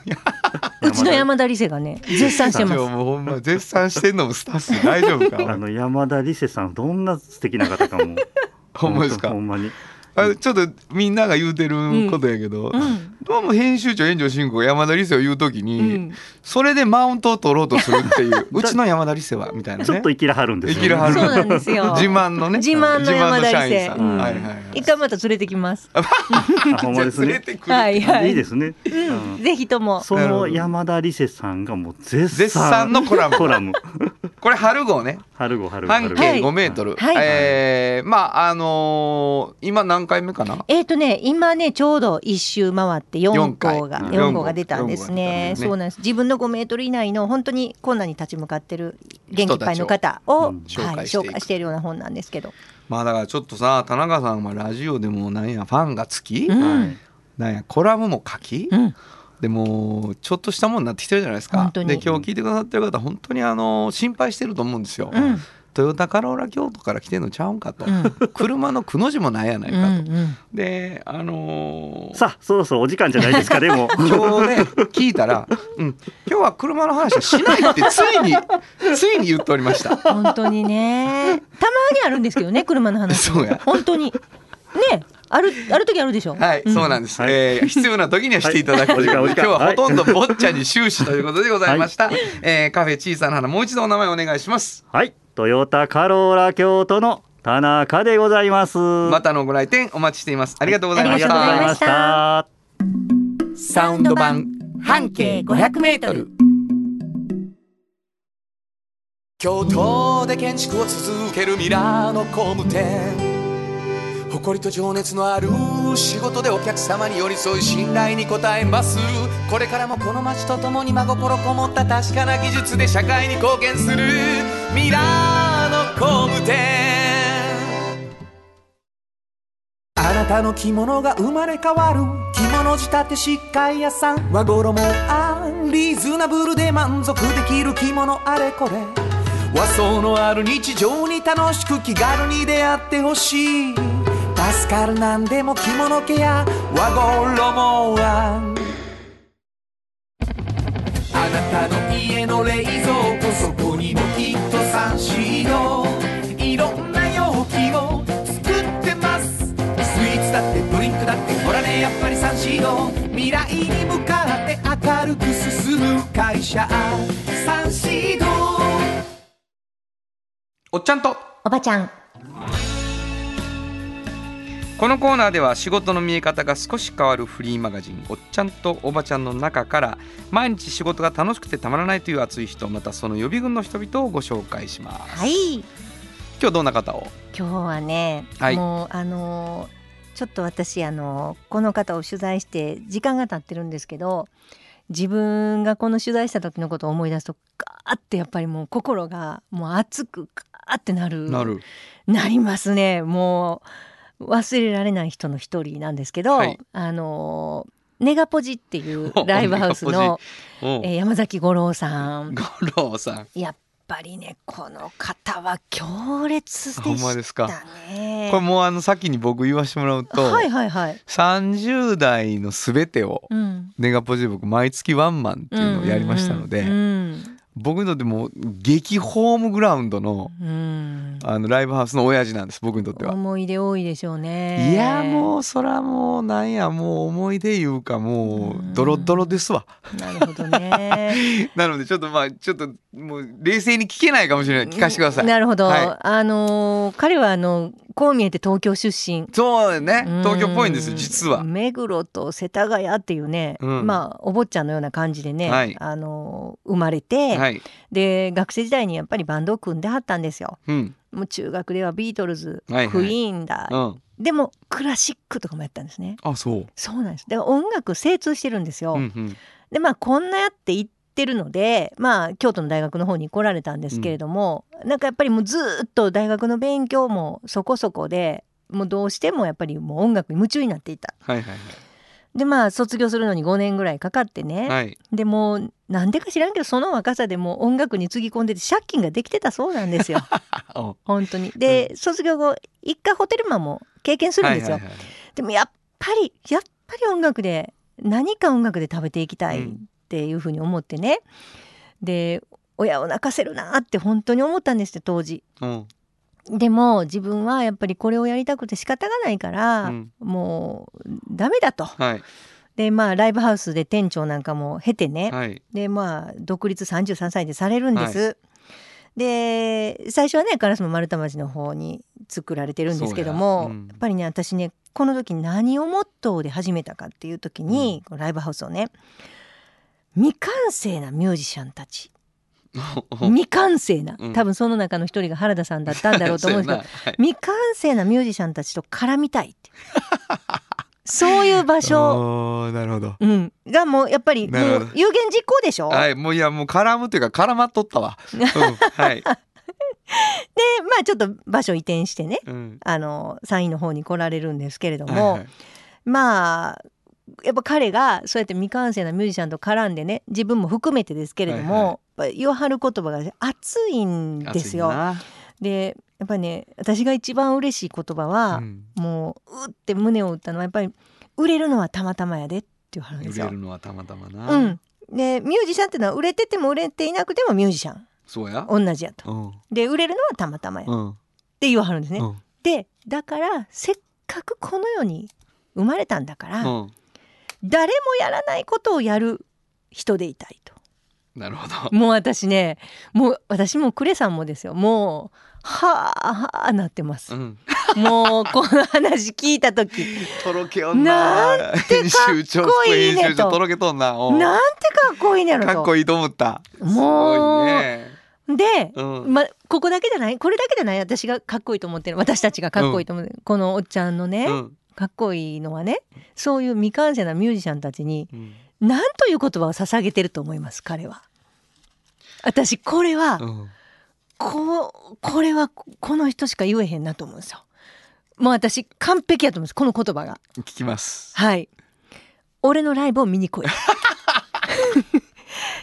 [SPEAKER 2] うちの山田理瀬がね絶賛して
[SPEAKER 1] 今
[SPEAKER 2] ま
[SPEAKER 1] 日
[SPEAKER 2] す
[SPEAKER 1] もうほんま絶賛してんのもスタッフ 大丈夫
[SPEAKER 4] あ
[SPEAKER 1] か
[SPEAKER 4] の山田理瀬さんどんな素敵な方かも
[SPEAKER 1] ほんまですか
[SPEAKER 4] ほんまに
[SPEAKER 1] あちょっとみんなが言うてることやけど、
[SPEAKER 2] うん
[SPEAKER 1] どうも編集長炎上信子山田理瀬を言うときに、
[SPEAKER 2] うん
[SPEAKER 1] それでマウントを取ろうとするっていう うちの山田理瀬はみたいなね
[SPEAKER 4] ちょっと生きらはるんですよ、
[SPEAKER 1] 生きらはる
[SPEAKER 2] そうなんですよ
[SPEAKER 1] 自慢のね
[SPEAKER 2] 自慢の山田
[SPEAKER 1] 自慢
[SPEAKER 2] 理瀬
[SPEAKER 1] の社員さん
[SPEAKER 2] うん
[SPEAKER 1] はいはいはい
[SPEAKER 2] 一回また連れてきます
[SPEAKER 4] あほんまです
[SPEAKER 1] じゃあ連れ
[SPEAKER 4] ね
[SPEAKER 1] てくる、
[SPEAKER 2] はいはい
[SPEAKER 4] いいですね、うん
[SPEAKER 2] ぜひとも
[SPEAKER 4] そ
[SPEAKER 1] なるほど
[SPEAKER 4] の山田理瀬さんがもう絶賛
[SPEAKER 1] 絶賛のコラム
[SPEAKER 4] コラム
[SPEAKER 1] これ春号ね
[SPEAKER 4] 春号春号
[SPEAKER 1] 半
[SPEAKER 4] 春号
[SPEAKER 5] は
[SPEAKER 1] 径
[SPEAKER 5] い
[SPEAKER 1] 5メートル、
[SPEAKER 5] はい
[SPEAKER 1] えーまああのー今何回目かな
[SPEAKER 5] えっ、とね、今ね、ちょうど一周回って
[SPEAKER 1] 四
[SPEAKER 5] 4
[SPEAKER 1] 回
[SPEAKER 5] 号が、
[SPEAKER 4] うん
[SPEAKER 5] 4号が出たんです
[SPEAKER 1] 四号が
[SPEAKER 5] ね
[SPEAKER 1] 出たんですね
[SPEAKER 5] そうなんです。自分の5メートル以内の本当に困難に立ち向かってる元気いっぱいの方を、
[SPEAKER 4] うん
[SPEAKER 1] 紹
[SPEAKER 5] はい、
[SPEAKER 1] 介していく
[SPEAKER 5] 紹介しているような本なんですけど。
[SPEAKER 1] まあだからちょっとさ田中さんはラジオでもなんやファンがつき、
[SPEAKER 5] うん、
[SPEAKER 1] なんやコラムも書き、
[SPEAKER 5] うん、
[SPEAKER 1] でもうちょっとしたもんになってきてるじゃないですか
[SPEAKER 5] 本当
[SPEAKER 1] で
[SPEAKER 5] に
[SPEAKER 1] 今日聞いてくださってる方本当にあの心配してると思うんですよ、
[SPEAKER 5] うん、
[SPEAKER 1] トヨタカローラ京都から来てんのちゃうんかと、
[SPEAKER 5] うん、
[SPEAKER 1] 車のくの字もないやないかと、
[SPEAKER 5] うん
[SPEAKER 1] であのー
[SPEAKER 4] さあそろそろお時間じゃないですかでも
[SPEAKER 1] 今日ね聞いたら、うん、今日は車の話はしないってついに ついに言っておりました
[SPEAKER 5] 本当にね。たまにあるんですけどね、車の話。
[SPEAKER 1] そうや
[SPEAKER 5] 本当に。ね、ある、ある時あるでしょ
[SPEAKER 1] はい、そうなんです、
[SPEAKER 4] はい
[SPEAKER 1] えー必要な時にはしていただくということで、
[SPEAKER 4] はいお時間お
[SPEAKER 1] 今
[SPEAKER 4] 時間
[SPEAKER 1] 日はほとんどボッチャに終始ということでございました、えーカフェ小さな花もう一度お名前お願いします
[SPEAKER 4] はいトヨタカローラ京都の田中でございます
[SPEAKER 1] またのご来店お待ちしていますありがとうございまし
[SPEAKER 5] ありがとうございましたた
[SPEAKER 4] た
[SPEAKER 6] サウンド版半径500メートル
[SPEAKER 3] 京都で建築を続けるミラーの工務店誇りと情熱のある仕事でお客様に寄り添い信頼に応えますこれからもこの街とともに真心こもった確かな技術で社会に貢献するミラーの工務店あなたの着物が生まれ変わる着物仕立て疾患屋さん和衣もあんリーズナブルで満足できる着物あれこれ和装のある日常に楽しく気軽に出会ってほしい助かるなんでも着物ケア和衣もあんあなたの家の冷蔵庫そこにもきっとサンシードいろんな容器を作ってますスイーツだってドリンクだってほらねやっぱりサンシード未来に向かって明るく進む会社サンシード
[SPEAKER 1] おっちゃんと
[SPEAKER 2] おばちゃん
[SPEAKER 1] このコーナーでは仕事の見え方が少し変わるフリーマガジン「おっちゃんとおばちゃん」の中から毎日仕事が楽しくてたまらないという熱い人またその予備軍の人々をご紹介します
[SPEAKER 2] はい今
[SPEAKER 1] 今日どんな方を
[SPEAKER 2] 日はね、
[SPEAKER 1] はい
[SPEAKER 2] もうあのーちょっと私あのーこの方を取材して時間が経ってるんですけど自分がこの取材した時のことを思い出すとガーってやっぱりもう心がもう熱くガーってなる
[SPEAKER 1] なる
[SPEAKER 2] なりますねもう忘れられない人の一人なんですけど、
[SPEAKER 1] はい
[SPEAKER 2] あのーネガポジっていうライブハウ ス
[SPEAKER 1] ネガ
[SPEAKER 2] の、
[SPEAKER 1] おう
[SPEAKER 2] えー山崎五郎さん
[SPEAKER 1] 五郎さん
[SPEAKER 2] やっぱりねこの方は強烈で
[SPEAKER 1] ほんまで
[SPEAKER 2] し
[SPEAKER 1] す
[SPEAKER 2] た
[SPEAKER 1] か
[SPEAKER 2] ね。
[SPEAKER 1] これもうあの先に僕言わしてもらうと、
[SPEAKER 2] はいはいはい。
[SPEAKER 1] 30代の全てを
[SPEAKER 2] うん。
[SPEAKER 1] ネガポジ僕毎月ワンマンっていうのをやりましたので、
[SPEAKER 2] うん
[SPEAKER 1] 僕にとってもう激ホームグラウンドの
[SPEAKER 2] うんうん
[SPEAKER 1] あのライブハウスの親父なんです僕にとっては。
[SPEAKER 2] 思い出多いでしょうね。
[SPEAKER 1] いやも
[SPEAKER 2] う。
[SPEAKER 1] うそらもうなんやもう思い出いうかも
[SPEAKER 2] う
[SPEAKER 1] うんドロドロですわ
[SPEAKER 2] なるほどね。
[SPEAKER 1] なのでちょっとまあちょっともう冷静に聞けないかもしれ ない聞かせてください
[SPEAKER 2] なるほど。
[SPEAKER 1] はい
[SPEAKER 2] あのー彼はあのこう見えて東京出身。
[SPEAKER 1] そうね
[SPEAKER 2] うん
[SPEAKER 1] 東京っぽいんですよ実は
[SPEAKER 2] 目黒と世田谷っていうね、
[SPEAKER 1] うん
[SPEAKER 2] まあお坊ちゃんのような感じでね、
[SPEAKER 1] はい
[SPEAKER 2] あのー生まれて、
[SPEAKER 1] はい
[SPEAKER 2] で学生時代にやっぱりバンドを組んではったんですよ
[SPEAKER 1] うん
[SPEAKER 2] もう中学ではビートルズ、
[SPEAKER 1] はいはい
[SPEAKER 2] クイーンだ、
[SPEAKER 1] うん
[SPEAKER 2] でもクラシックとかもやったんですね
[SPEAKER 1] あそう
[SPEAKER 2] そうなんですだから音楽精通してるんですよ、
[SPEAKER 1] うんうん
[SPEAKER 2] でまあこんなやって言ってるのでまあ京都の大学の方に来られたんですけれども、なんかやっぱりもうずーっと大学の勉強もそこそこでもうどうしてもやっぱりもう音楽に夢中になっていた
[SPEAKER 1] はいはい
[SPEAKER 2] でまあ卒業するのに5年ぐらいかかってね、
[SPEAKER 1] はいはい
[SPEAKER 2] でもうなんでか知らんけどその若さでもう音楽につぎ込んでて借金ができてたそうなんですよ
[SPEAKER 1] あお
[SPEAKER 2] 本当にで、卒業後一回ホテルマンも経験するんですよ、
[SPEAKER 1] はいはいはい
[SPEAKER 2] でもやっぱりやっぱり音楽で何か音楽で食べていきたいっていうふうに思ってね、で親を泣かせるなって本当に思ったんですって当時。
[SPEAKER 1] うん
[SPEAKER 2] でも自分はやっぱりこれをやりたくて仕方がないから、
[SPEAKER 1] うん
[SPEAKER 2] もうダメだと。
[SPEAKER 1] はい
[SPEAKER 2] でまあライブハウスで店長なんかも経てね、
[SPEAKER 1] はい
[SPEAKER 2] でまあ独立33歳でされるんです。で最初はね烏丸太町の方に作られてるんですけども
[SPEAKER 1] そうや
[SPEAKER 2] や,、
[SPEAKER 1] うん
[SPEAKER 2] っぱりね私ねこの時何をモットーで始めたかってい う時に、こうライブハウスをね未完成なミュージシャンたち未完成な、
[SPEAKER 1] うん
[SPEAKER 2] 多分その中の一人が原田さんだったんだろうと思うんですけど
[SPEAKER 1] はい
[SPEAKER 2] 未完成なミュージシャンたちと絡みたいって そういう場所、
[SPEAKER 1] あーなるほど
[SPEAKER 2] うん、がもうやっぱりも
[SPEAKER 1] なるほど
[SPEAKER 2] う有言実行でしょ、
[SPEAKER 1] はいもういやもう絡むというか絡まっとったわ、うん、はい、
[SPEAKER 2] でまあちょっと場所移転してね
[SPEAKER 1] うん
[SPEAKER 2] あの3位の方に来られるんですけれど
[SPEAKER 1] は
[SPEAKER 2] も、
[SPEAKER 1] いはい
[SPEAKER 2] まあやっぱ彼がそうやって未完成なミュージシャンと絡んでね自分も含めてですけれども、やっぱ言わはる言葉が熱いんです
[SPEAKER 1] 熱い
[SPEAKER 2] よ。
[SPEAKER 1] な
[SPEAKER 2] でやっぱりね私が一番嬉しい言葉は、
[SPEAKER 1] うん
[SPEAKER 2] もううって胸を打ったのはやっぱり売れるのはたまたまやでっていう話で
[SPEAKER 1] 売
[SPEAKER 2] す
[SPEAKER 1] れ
[SPEAKER 2] よ
[SPEAKER 1] る。のはたまたまな、
[SPEAKER 2] うん、でミュージシャンってのは売れてても売れていなくてもミュージシャン
[SPEAKER 1] そうや
[SPEAKER 2] 同じやと。
[SPEAKER 1] うん
[SPEAKER 2] で売れるのはたまたまやっ
[SPEAKER 1] うん
[SPEAKER 2] て言わはるんですね。
[SPEAKER 1] うん
[SPEAKER 2] でだからせっかくこの世に生まれたんだから、
[SPEAKER 1] うん
[SPEAKER 2] 誰もやらないことをやる人でいたいと。
[SPEAKER 1] なるほど
[SPEAKER 2] もう私ねもう私もクレさんもですよもうはあはあなってます
[SPEAKER 1] う。ん
[SPEAKER 2] もうこの話聞いた時
[SPEAKER 1] とろけよんな編集長
[SPEAKER 2] かっこいいねと
[SPEAKER 1] 副編集長とろけとんなうん
[SPEAKER 2] なんてかっこいいねやろと。
[SPEAKER 1] かっこいいと思ったす
[SPEAKER 2] も
[SPEAKER 1] ごい
[SPEAKER 2] う
[SPEAKER 1] ね
[SPEAKER 2] で、
[SPEAKER 1] うん
[SPEAKER 2] ま、ここだけじゃないこれだけじゃない私がかっこいいと思ってる私たちがかっこいいと思ってる、このおっちゃんのね、
[SPEAKER 1] うん
[SPEAKER 2] かっこいいのはねそういう未完成なミュージシャンたちに
[SPEAKER 1] うん
[SPEAKER 2] 何という言葉を捧げてると思います彼は。私これは、
[SPEAKER 1] うん
[SPEAKER 2] ここれはこの人しか言えへんなと思うんですよ。もう私完璧やと思うんですこの言葉が。
[SPEAKER 1] 聞きます
[SPEAKER 2] はい。俺のライブを見に 来い。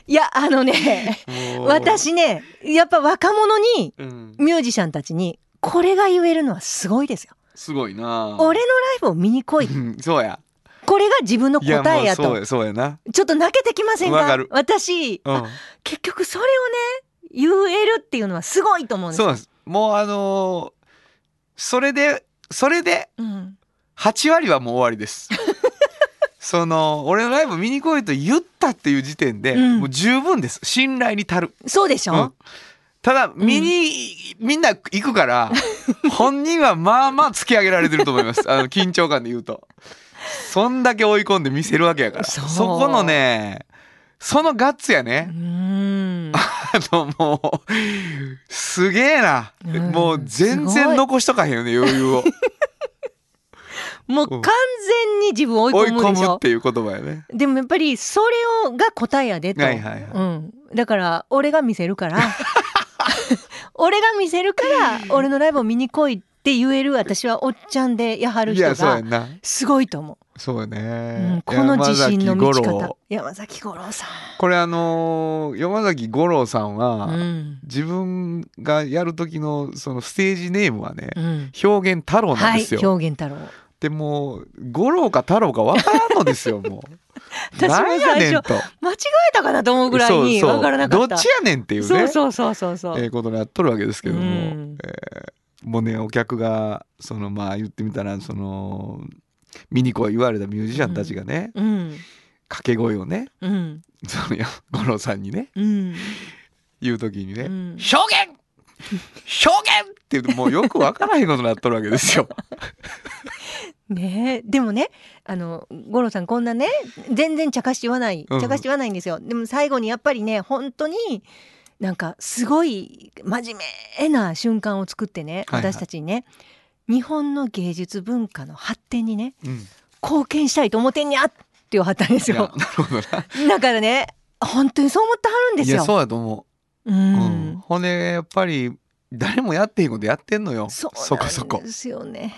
[SPEAKER 2] いやあのね
[SPEAKER 1] もう
[SPEAKER 2] 私ねやっぱ若者に
[SPEAKER 1] うん
[SPEAKER 2] ミュージシャンたちにこれが言えるのはすごいですよ。
[SPEAKER 1] すごいな
[SPEAKER 2] 俺のライブを見に来い。
[SPEAKER 1] うん そうや
[SPEAKER 2] これが自分の
[SPEAKER 1] いや
[SPEAKER 2] 答え
[SPEAKER 1] も
[SPEAKER 2] や
[SPEAKER 1] うそう
[SPEAKER 2] と。
[SPEAKER 1] やそうやな
[SPEAKER 2] ちょっと泣けてきませんか
[SPEAKER 1] わかる
[SPEAKER 2] 私、
[SPEAKER 1] う
[SPEAKER 2] あ
[SPEAKER 1] ん
[SPEAKER 2] 結局それをね、言えるっていうのはすごいと思うんです
[SPEAKER 1] そう
[SPEAKER 2] よ。
[SPEAKER 1] ですもうあのーそれでそれで
[SPEAKER 2] うん
[SPEAKER 1] 8割はもう終わりです その俺のライブ見に来いと言ったっていう時点で、
[SPEAKER 2] うん
[SPEAKER 1] もう十分です信頼に足る
[SPEAKER 2] そうでしょ、
[SPEAKER 1] うんただ見に、みんな行くから 本人はまあまあ突き上げられてると思いますあの緊張感で言うとそんだけ追い込んで見せるわけやから
[SPEAKER 2] そ
[SPEAKER 1] そうこのねそのガッツや
[SPEAKER 2] う
[SPEAKER 1] ね、
[SPEAKER 2] ーん。
[SPEAKER 1] あのもうすげえな、
[SPEAKER 2] うん
[SPEAKER 1] もう全
[SPEAKER 2] すごい
[SPEAKER 1] 然残しとかへんよね余裕を
[SPEAKER 2] もう完全に自分を 追
[SPEAKER 1] 追
[SPEAKER 2] い
[SPEAKER 1] い
[SPEAKER 2] 込む
[SPEAKER 1] 込
[SPEAKER 2] でし
[SPEAKER 1] む
[SPEAKER 2] ょ
[SPEAKER 1] っ。ていう言葉やね
[SPEAKER 2] でもやっぱりそれをが答えやでと。
[SPEAKER 1] はいはいはい
[SPEAKER 2] うん。だから俺が見せる から。俺が見せるから俺のライブを見に来いって言える私はおっちゃんでやはる
[SPEAKER 1] い
[SPEAKER 2] 人
[SPEAKER 1] やそうや
[SPEAKER 2] が
[SPEAKER 1] んな
[SPEAKER 2] すごいと思う。
[SPEAKER 1] そう
[SPEAKER 2] う
[SPEAKER 1] ね
[SPEAKER 2] ん、、この自信の満
[SPEAKER 1] 山
[SPEAKER 2] ち
[SPEAKER 1] 崎五
[SPEAKER 2] 方
[SPEAKER 1] 郎
[SPEAKER 2] 山崎五郎さ
[SPEAKER 1] これあのー山崎五郎さんは、
[SPEAKER 2] ん、うん
[SPEAKER 1] 自分がやる時のそのステージネームはね、
[SPEAKER 2] うん、
[SPEAKER 1] 表現太郎なん
[SPEAKER 2] は
[SPEAKER 1] で
[SPEAKER 2] い
[SPEAKER 1] すよ、
[SPEAKER 2] 表現太郎
[SPEAKER 1] でもう五郎か太郎か分からんのですよもう
[SPEAKER 2] 私も最初
[SPEAKER 1] なんやねんと
[SPEAKER 2] 間違えたかなと思うぐらいに
[SPEAKER 1] そうそう
[SPEAKER 2] 分からなかった
[SPEAKER 1] どっちやねんっていうね
[SPEAKER 2] そうそうそうそうそう
[SPEAKER 1] ええことになっとるわけですけども、
[SPEAKER 2] うん
[SPEAKER 1] えーもうねお客がそのまあ言ってみたらその見に来い言われたミュージシャンたちがね
[SPEAKER 2] うん
[SPEAKER 1] 掛、け声をね
[SPEAKER 2] うん
[SPEAKER 1] そのいや五郎さんにね
[SPEAKER 2] うん
[SPEAKER 1] 言う時にね、
[SPEAKER 2] うん
[SPEAKER 1] 表現表現って言うともうよくわからへんことになっとるわけですよ。
[SPEAKER 2] ねえでもねあの五郎さんこんなね全然茶化して言わない
[SPEAKER 1] うん
[SPEAKER 2] 茶化して言わないんですよ、でも最後にやっぱりね本当になんかすごい真面目な瞬間を作ってね
[SPEAKER 1] はいはい
[SPEAKER 2] 私たちにね、日本の芸術文化の発展にね
[SPEAKER 1] うん、
[SPEAKER 2] 貢献したいと思ってんにゃっていうったんです
[SPEAKER 1] いやな
[SPEAKER 2] よ。
[SPEAKER 1] るほどな。
[SPEAKER 2] だからね、本当にそう思ってはるんで
[SPEAKER 1] い
[SPEAKER 2] すよ
[SPEAKER 1] や。そうやと思
[SPEAKER 2] う
[SPEAKER 1] う。うんん。ほんでやっぱり誰もやってへんことやってんのよ。
[SPEAKER 2] そう
[SPEAKER 1] そこそ
[SPEAKER 2] なん
[SPEAKER 1] こ
[SPEAKER 2] で。すよね。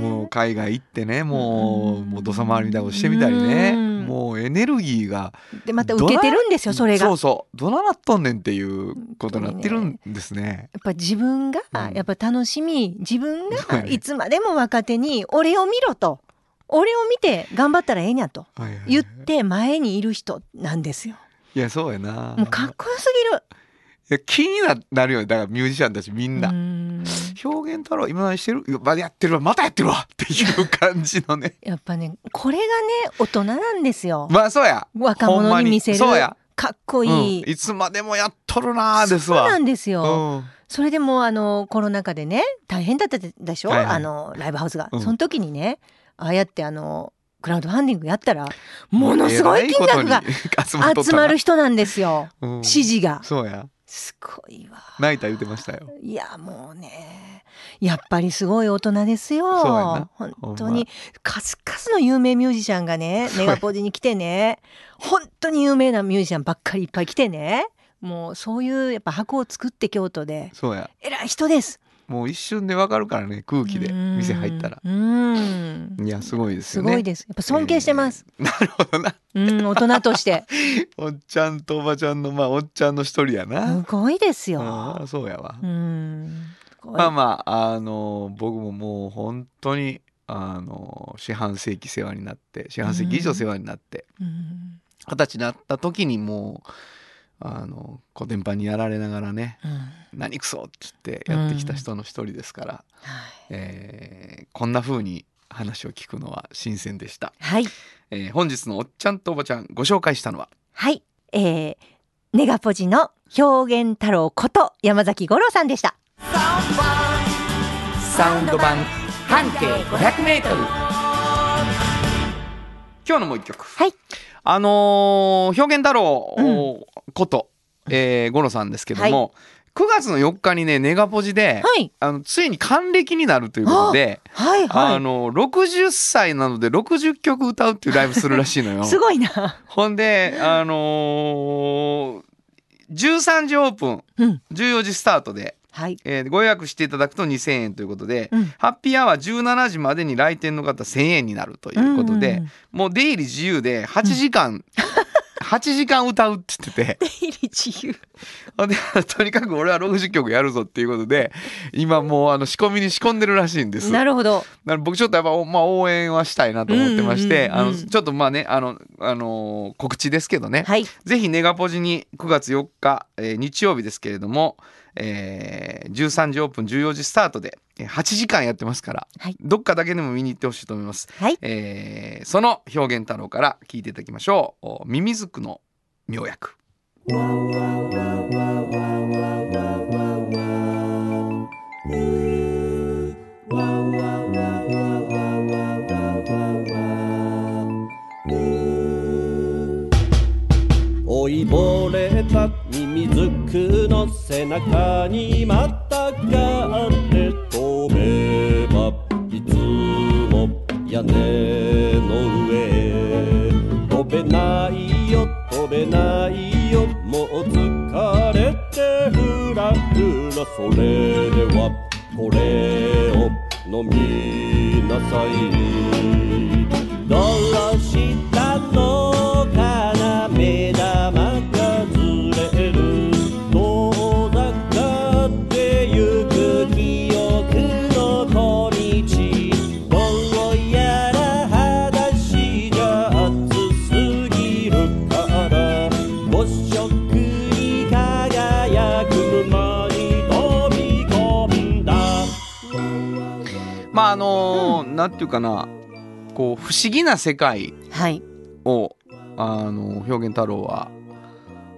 [SPEAKER 1] もう海外行ってねもう、
[SPEAKER 2] うん
[SPEAKER 1] もう土佐回りみたいなことしてみたりね、
[SPEAKER 2] うん
[SPEAKER 1] もうエネルギーが
[SPEAKER 2] でまた受けてるんですよそれが。
[SPEAKER 1] そ
[SPEAKER 2] や
[SPEAKER 1] う
[SPEAKER 2] っ
[SPEAKER 1] そうどななっとんねんっていうことになってるんですね。
[SPEAKER 2] ぱ自分が
[SPEAKER 1] うん
[SPEAKER 2] やっぱ楽しみ自分
[SPEAKER 1] そう
[SPEAKER 2] が
[SPEAKER 1] やね
[SPEAKER 2] いつまでも若手に俺を見ろと俺を見て頑張ったらええにゃと
[SPEAKER 1] はいはいはい
[SPEAKER 2] 言って前にいる人なんですよ。
[SPEAKER 1] いやそうやな。
[SPEAKER 2] もうかっこよす
[SPEAKER 1] いや気にななるよねだからミュージシャンたちみ
[SPEAKER 2] ぎ
[SPEAKER 1] ん
[SPEAKER 2] る。
[SPEAKER 1] な。
[SPEAKER 2] うん
[SPEAKER 1] 表現太郎今何してるいやまだやってるわまたやってるわっていう感じのね
[SPEAKER 2] やっぱねこれがね大人なんです よ。
[SPEAKER 1] まあそうや
[SPEAKER 2] 若者に見せる
[SPEAKER 1] ほんまにそうや
[SPEAKER 2] かっこいい、
[SPEAKER 1] うん、いつまでもやっとるなーですわ
[SPEAKER 2] そうなんです
[SPEAKER 1] う
[SPEAKER 2] よ、
[SPEAKER 1] ん
[SPEAKER 2] それでもうあのコロナ禍でね大変だったでしょ、
[SPEAKER 1] はいはい
[SPEAKER 2] あのライブハウスが、
[SPEAKER 1] うん
[SPEAKER 2] その時にねああやってあのクラウドファンディングやったらものすごい金額が
[SPEAKER 1] えらいことに 集まっとった
[SPEAKER 2] 集
[SPEAKER 1] な
[SPEAKER 2] まる人なんですよ
[SPEAKER 1] うん
[SPEAKER 2] 支持が
[SPEAKER 1] そうや
[SPEAKER 2] すごいわ
[SPEAKER 1] 泣いた言ってましたよ
[SPEAKER 2] いやもうねやっぱりすごい大人ですよ
[SPEAKER 1] そうやな
[SPEAKER 2] 本
[SPEAKER 1] ほ
[SPEAKER 2] 当
[SPEAKER 1] んま
[SPEAKER 2] に数々の有名ミュージシャンがね
[SPEAKER 1] そう
[SPEAKER 2] メ
[SPEAKER 1] や
[SPEAKER 2] ガポジに来てね本当に有名なミュージシャンばっかりいっぱい来てねもうそういうやっぱ箱を作って京都で
[SPEAKER 1] そうや
[SPEAKER 2] 偉い人です
[SPEAKER 1] もう一瞬でわかるからね空気で
[SPEAKER 2] うん
[SPEAKER 1] 店入ったら
[SPEAKER 2] うん
[SPEAKER 1] いやすごいです
[SPEAKER 2] す
[SPEAKER 1] よね
[SPEAKER 2] ごいですやっぱ尊敬してます、
[SPEAKER 1] えーなるほどな
[SPEAKER 2] うん大人として
[SPEAKER 1] おっちゃんとおばちゃんのま あおっちゃんの一人や
[SPEAKER 2] す
[SPEAKER 1] な
[SPEAKER 2] ごいですよ
[SPEAKER 1] あそうやわ
[SPEAKER 2] うんすごい
[SPEAKER 1] まあまああの僕ももう本当にあの四半世紀世話になって四半世紀以上世話になって
[SPEAKER 2] うん
[SPEAKER 1] 二十歳になった時にもうあの古典版にやられながらね
[SPEAKER 2] う
[SPEAKER 1] 「
[SPEAKER 2] ん
[SPEAKER 1] 何くそ!」っつってやってきた人の一人ですから、えーこんな風に話を聞くのは新鮮でした、
[SPEAKER 2] はい
[SPEAKER 1] えー本日のおっちゃんとおばちゃんご紹介したのは
[SPEAKER 2] はい、えー、ネガポジの表現太郎こと山崎五郎さんでした。
[SPEAKER 1] サウンド版半径 500m 今日のもう一曲
[SPEAKER 2] はい
[SPEAKER 1] あのー表現太郎こと、えー、五郎さんですけども、9月の4日にねネガポジで、
[SPEAKER 2] はい、
[SPEAKER 1] あのついに還暦になるということで、
[SPEAKER 2] はい、。
[SPEAKER 1] あの60歳なので60曲歌うっていうライブするらしいのよ
[SPEAKER 2] すごいな。
[SPEAKER 1] ほんであのー13時オープン
[SPEAKER 2] うん、
[SPEAKER 1] 14時スタートで、
[SPEAKER 2] はい、
[SPEAKER 1] えーご予約していただくと2,000円ということで、
[SPEAKER 2] うん
[SPEAKER 1] ハッピーアワー17時までに来店の方1,000円になるということで、
[SPEAKER 2] うんうんうん
[SPEAKER 1] もう出入り自由で8時 間、8時間歌うって言ってて。
[SPEAKER 2] 出入り自由。
[SPEAKER 1] ほんでとにかく俺は60曲やるぞっていうことで今もうあの仕込みに仕込んでるらしいんです。
[SPEAKER 2] なるほど。
[SPEAKER 1] なので僕ちょっとやっぱ、おまあ、応援はしたいなと思ってまして、
[SPEAKER 2] うんうんうんうん
[SPEAKER 1] あのちょっとまあねあの、あのー告知ですけどね、
[SPEAKER 2] はい、
[SPEAKER 1] ぜひネガポジに9月4日、えー日曜日ですけれども、えー13時オープン14時スタートでえー8時間やってますから、
[SPEAKER 2] はい
[SPEAKER 1] どっかだけでも見に行ってほしいと思います、
[SPEAKER 2] はい
[SPEAKER 1] えーその表現太郎から聞いていただきましょうお「ミミズクの妙薬」
[SPEAKER 7] 老いぼれたミミズクの背中にまたがって飛べばいつも屋根の上へ飛べないよ飛べないよもう疲れてふらふらそれではこれを飲みなさいどうしたのかな目玉がずれる遠ざかってゆく記憶の小道どうやら裸足じゃ暑すぎるから五色に輝く馬に飛び込んだ
[SPEAKER 1] まああのーなんていうかなこう不思議な世界
[SPEAKER 2] はい、
[SPEAKER 1] をあの表現太郎は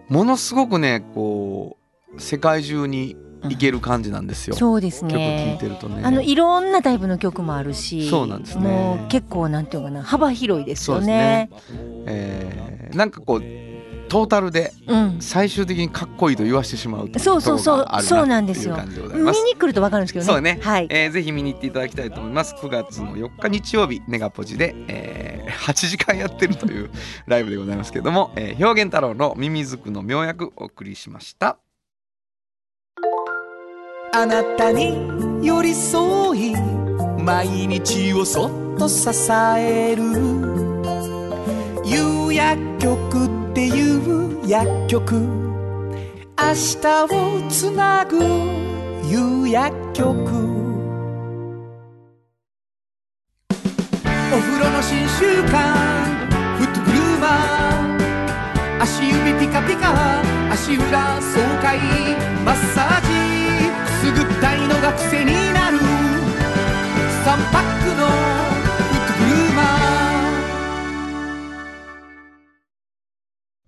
[SPEAKER 1] ものすごくねこう世界中に行ける感じなんですよ、
[SPEAKER 2] そうです
[SPEAKER 1] 曲聴い
[SPEAKER 2] ね。
[SPEAKER 1] てるとね。
[SPEAKER 2] あのいろんなタイプの曲もあるし、
[SPEAKER 1] そうなんですね
[SPEAKER 2] もう結構なんていうのかな幅広いですよね。
[SPEAKER 1] えーなんかこうトータルで
[SPEAKER 2] うん。
[SPEAKER 1] 最終的にかっこいいと言わしてしまうとこ
[SPEAKER 2] そうそうそう
[SPEAKER 1] ろがある
[SPEAKER 2] そうなん
[SPEAKER 1] な
[SPEAKER 2] で
[SPEAKER 1] って
[SPEAKER 2] す
[SPEAKER 1] い
[SPEAKER 2] よ
[SPEAKER 1] う感じでござい
[SPEAKER 2] 見
[SPEAKER 1] ます。
[SPEAKER 2] に来るとわかるんですけどね。
[SPEAKER 1] そうね、
[SPEAKER 2] はい。
[SPEAKER 1] えーぜひ見に行っていただきたいと思います9月の4日日曜日ネガポジで、えー8時間やってるというライブでございますけれども、えー表現太郎のミミズクの妙薬お送りしました
[SPEAKER 3] あなたに寄り添い毎日をそっと支える有薬局っていう薬局明日をつなぐ有薬局お風呂の新習慣フットグルーマー足指ピカピカ足裏爽快マッサージくすぐったいのが癖になる3パックのフットグルーマ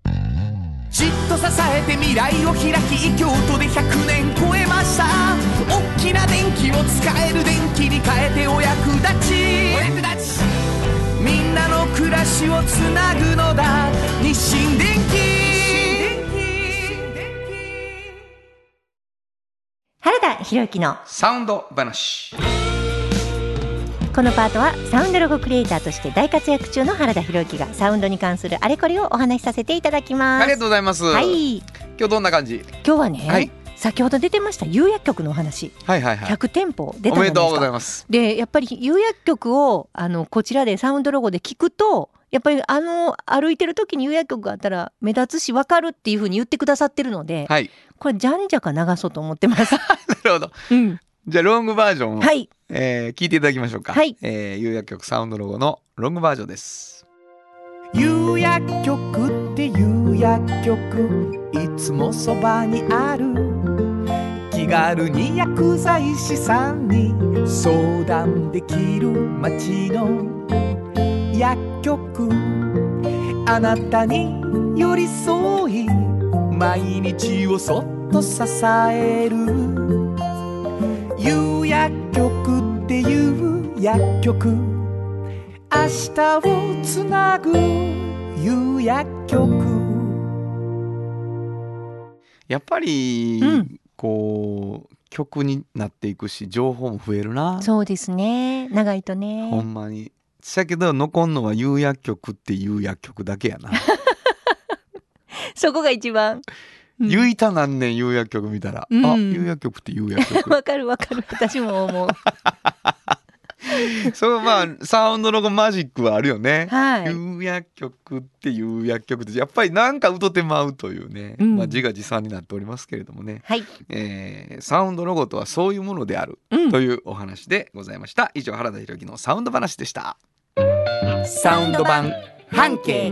[SPEAKER 3] ーじっと支えて未来を開き京都で100年超えました大きな電気を使える電気に変えてお役立ちお役立ちみんなのをつなぐのだ日清電機
[SPEAKER 2] 原田博之の
[SPEAKER 1] サウンド話
[SPEAKER 2] このパートはサウンドロゴクリエイターとして大活躍中の原田博之がサウンドに関するあれこれをお話しさせていただきます
[SPEAKER 1] ありがとうございます、
[SPEAKER 2] はい
[SPEAKER 1] 今日どんな感じ
[SPEAKER 5] 今日はね、
[SPEAKER 1] はい
[SPEAKER 5] 先ほど出てました釉薬局のお話
[SPEAKER 1] はいはいはい
[SPEAKER 5] 100店舗出た
[SPEAKER 1] おめ
[SPEAKER 5] じゃな
[SPEAKER 1] で
[SPEAKER 5] いです
[SPEAKER 1] とうござい
[SPEAKER 5] か
[SPEAKER 1] ます
[SPEAKER 5] でやっぱり釉薬局をあのこちらでサウンドロゴで聞くとやっぱりあの歩いてる時に釉薬局があったら目立つし分かるっていうふうに言ってくださってるので、
[SPEAKER 1] はい
[SPEAKER 5] これじゃんじゃか流そうと思っ てます。
[SPEAKER 1] なるほど
[SPEAKER 5] うん、
[SPEAKER 1] じゃあロングバージョンを、
[SPEAKER 5] はい
[SPEAKER 1] えー聞いていただきましょうか
[SPEAKER 5] はい
[SPEAKER 1] えー、有薬局サウンドロゴのロングバージョンです
[SPEAKER 3] 有薬局って有薬局いつもそばにある気軽に薬剤師さんに相談できる街の薬局あなたに寄り添い毎日をそっと支える有薬局っていう薬局明日をつなぐ夕薬局
[SPEAKER 1] やっぱり、
[SPEAKER 5] うん
[SPEAKER 1] こう曲になっていくし情報も増えるな
[SPEAKER 5] そうですね長いとね
[SPEAKER 1] ほんまにせやけど残んのは有薬局っていう薬局だけや な
[SPEAKER 5] そこが一番うん
[SPEAKER 1] 言いたなんねん有薬局見たら、
[SPEAKER 5] うん
[SPEAKER 1] あ有薬局って有薬局
[SPEAKER 5] わかるわかる私も思う
[SPEAKER 1] そうまあサウンドロゴマジックはあるよね
[SPEAKER 5] はい
[SPEAKER 1] 有薬局っていう薬局ってやっぱりなんか疎てまうというね、
[SPEAKER 5] うん
[SPEAKER 1] まあ、自画自賛になっておりますけれどもね、
[SPEAKER 5] はい、
[SPEAKER 1] えーサウンドロゴとはそういうものである
[SPEAKER 5] うん、
[SPEAKER 1] というお話でございました以上原田裕之のサウンド話でした
[SPEAKER 2] サウンド版半径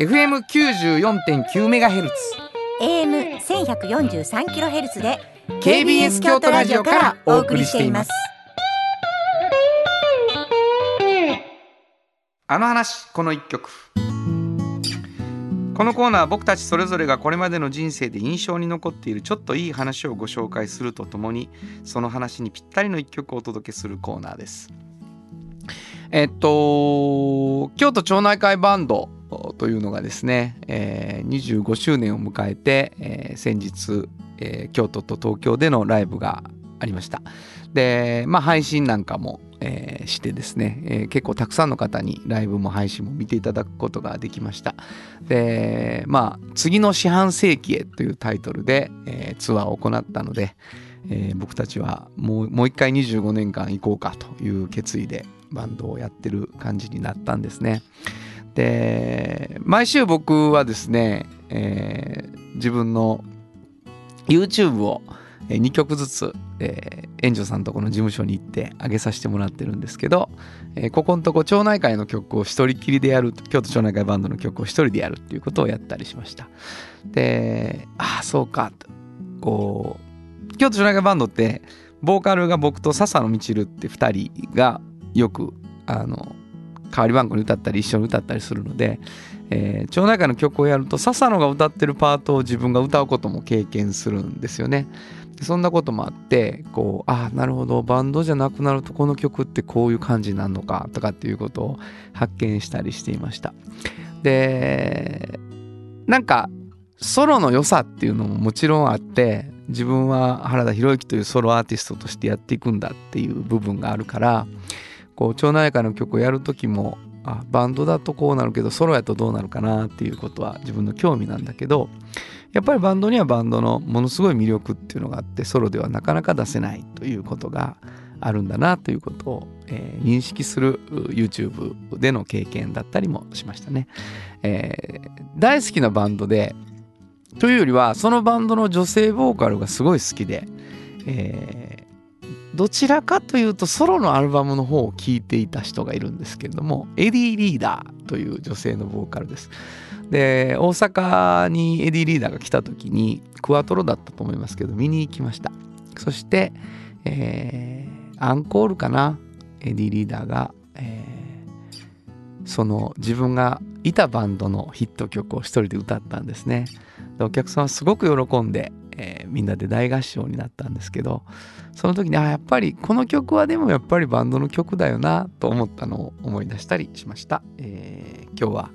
[SPEAKER 1] FM94.9 メガヘルツ
[SPEAKER 2] AM 1 1 4 3キロヘルツで
[SPEAKER 1] KBS 京都ラジオからお送りしていますあの話この一曲このコーナーは僕たちそれぞれがこれまでの人生で印象に残っているちょっといい話をご紹介するとともにその話にぴったりの一曲をお届けするコーナーです。えっと京都町内会バンドというのがですね、えー25周年を迎えて、えー先日、えー京都と東京でのライブがありました。で、まあ、配信なんかも、えーしてですね、えー結構たくさんの方にライブも配信も見ていただくことができました。で、まあ、次の四半世紀へというタイトルで、えーツアーを行ったので、えー僕たちはもうもう一回25年間行こうかという決意でバンドをやってる感じになったんですね。で、毎週僕はですね、えー自分の YouTube を2曲ずつ、えー、園長さんとこの事務所に行って上げさせてもらってるんですけど、えーここのとこ町内会の曲を一人きりでやる京都町内会バンドの曲を一人でやるっていうことをやったりしましたでああそうかとこう京都町内会バンドってボーカルが僕と笹野みちるって2人がよくあの代わり番号に歌ったり一緒に歌ったりするので、えー町内会の曲をやると笹野が歌ってるパートを自分が歌うことも経験するんですよねでそんなこともあってこうああなるほどバンドじゃなくなるとこの曲ってこういう感じになるのかとかっていうことを発見したりしていましたでなんかソロの良さっていうのももちろんあって自分は原田博之というソロアーティストとしてやっていくんだっていう部分があるからこう町内会の曲をやる時もあバンドだとこうなるけどソロやとどうなるかなっていうことは自分の興味なんだけどやっぱりバンドにはバンドのものすごい魅力っていうのがあってソロではなかなか出せないということがあるんだなということを、えー認識するう YouTube での経験だったりもしましたね。えー大好きなバンドでというよりはそのバンドの女性ボーカルがすごい好きで、えーどちらかというとソロのアルバムの方を聴いていた人がいるんですけれどもエディ・リーダーという女性のボーカルです。で大阪にエディリーダーが来た時にクワトロだったと思いますけど見に行きましたそして、えーアンコールかなエディリーダーが、えーその自分がいたバンドのヒット曲を一人で歌ったんですねでお客さんはすごく喜んで、えーみんなで大合唱になったんですけどその時にあやっぱりこの曲はでもやっぱりバンドの曲だよなと思ったのを思い出したりしました、えー今日は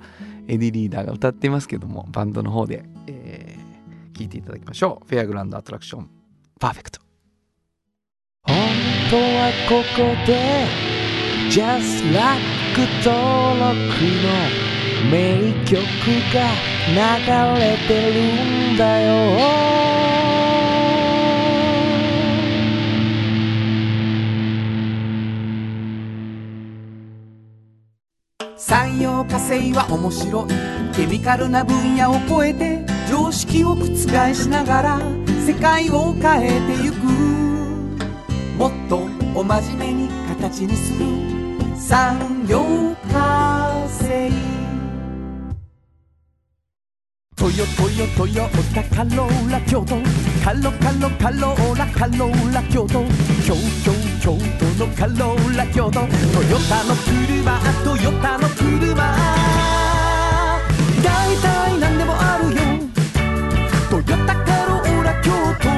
[SPEAKER 1] エディリーダーが歌っていますけどもバンドの方で、えー聞いていただきましょうフェアグラウンドアトラクションパーフェクト
[SPEAKER 3] 本当はここで Just Rock 登録の名曲が流れてるんだよ産業化成は面白いケミカルな分野を超えて常識を覆しながら世界を変えてゆくもっとお真面目に形にする産業化成トヨトヨトヨタカローラ京都カロカロカローラカローラ京都京京京都のカローラ京都トヨタの車トヨタの車大体何でもあるよトヨタカローラ京都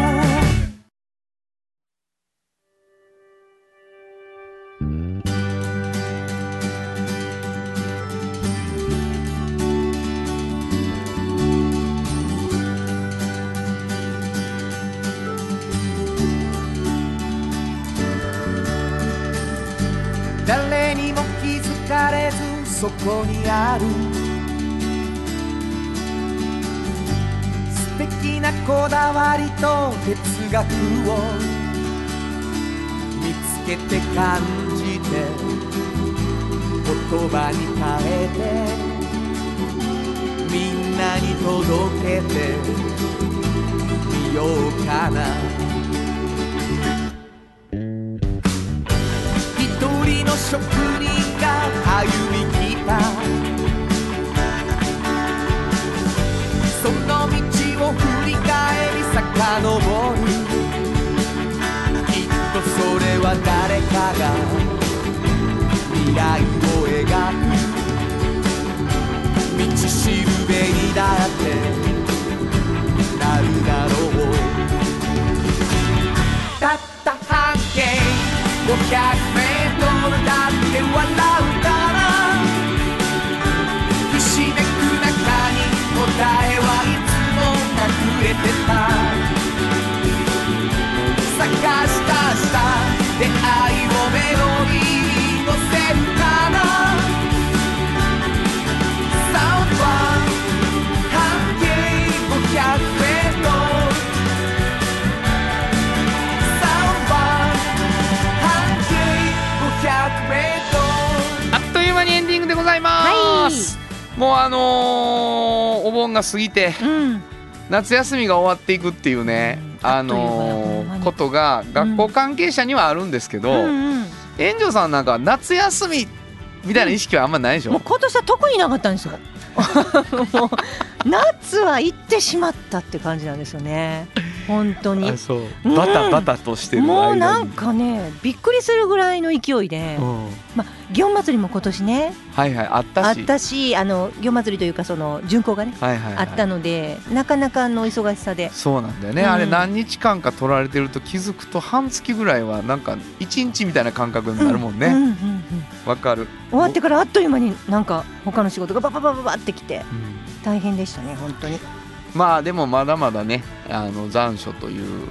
[SPEAKER 3] 誰にも気づかれずそこにある素敵なこだわりと哲学を見つけて感じて言葉に変えてみんなに届けてみようかな一人の職人が歩み来たその道を振り返り遡るきっとそれは誰かが未来を描く道しるべにだってなるだろうたった半径500メートルだって笑うからひしめく中に答えはいつも隠れてた探したした出会いをメロディーに乗せるかなサウンドは半径500メートル
[SPEAKER 1] あっという間にエンディングでございます、もうあのーお盆が過ぎて
[SPEAKER 2] うん
[SPEAKER 1] 夏休みが終わっていくっていうね、あのー
[SPEAKER 2] あっという間だほんまに
[SPEAKER 1] ことが学校関係者にはあるんですけど、
[SPEAKER 2] うんうん
[SPEAKER 1] 園長さんなんか夏休みみたいな意識はあんまないでしょ、
[SPEAKER 5] もう今年は特になかったんですよもう夏は行ってしまったって感じなんですよね本当に
[SPEAKER 1] あそう
[SPEAKER 5] うん
[SPEAKER 1] バタバタとしてる間に
[SPEAKER 5] もうなんかねびっくりするぐらいの勢いで
[SPEAKER 1] うん
[SPEAKER 5] 祇園祭りも今年ね
[SPEAKER 1] はいはいあった
[SPEAKER 5] あっ
[SPEAKER 1] し。
[SPEAKER 5] たしあの祇園祭りというかその巡行がね
[SPEAKER 1] はいはいはい、
[SPEAKER 5] あったのでなかなかの忙しさで
[SPEAKER 1] そうなんだよね、
[SPEAKER 5] うん
[SPEAKER 1] あれ何日間か取られてると気づくと半月ぐらいはなんか1日みたいな感覚になるもん
[SPEAKER 5] うん
[SPEAKER 1] ね
[SPEAKER 5] うんうん
[SPEAKER 1] わ、かる、
[SPEAKER 5] 終わってからあっという間になんか他の仕事がバババババってきて
[SPEAKER 1] うん
[SPEAKER 5] 大変でしたね本当に
[SPEAKER 1] まあでもまだまだねあの残暑という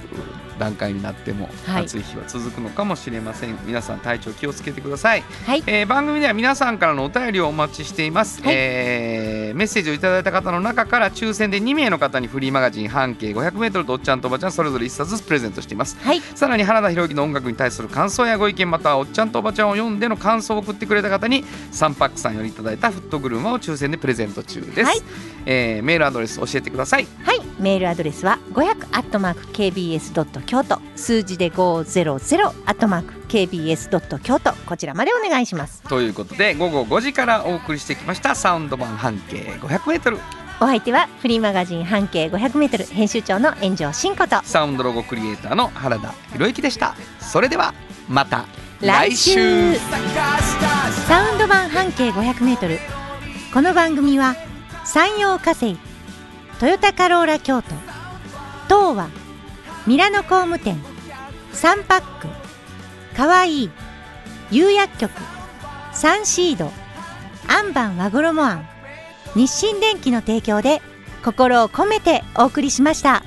[SPEAKER 1] 段階になっても
[SPEAKER 5] はい
[SPEAKER 1] 暑い日は続くのかもしれません、皆さん体調気をつけてください、
[SPEAKER 2] はい
[SPEAKER 1] えー番組では皆さんからのお便りをお待ちしています、
[SPEAKER 5] はい
[SPEAKER 1] えーメッセージをいただいた方の中から抽選で2名の方にフリーマガジン半径 500m とおっちゃんとおばちゃんそれぞれ1冊ずつプレゼントしています
[SPEAKER 2] はい
[SPEAKER 1] さらに原田博之の音楽に対する感想やご意見またはおっちゃんとおばちゃんを読んでの感想を送ってくれた方にサンパックさんよりいただいたフットグルマを抽選でプレゼント中です、
[SPEAKER 2] はい
[SPEAKER 1] えーメールアドレス教えてください
[SPEAKER 2] はい、メールアドレスは500アットマーク kbs ドット京都、数字で500アットマーク kbs ドット京都こちらまでお願いします。
[SPEAKER 1] ということで午後5時からお送りしてきましたサウンド版半径 500m
[SPEAKER 2] お相手はフリーマガジン半径500メートル編集長の炎上真子と
[SPEAKER 1] サウンドロゴクリエイターの原田博之でしたそれではまた来週
[SPEAKER 2] サウンド版半径500メートルこの番組は山陽火星トヨタカローラ京都東和ミラノ工務店3パックかわいい釉薬局サンシードアンバン和衣あん日清電機の提供で心を込めてお送りしました。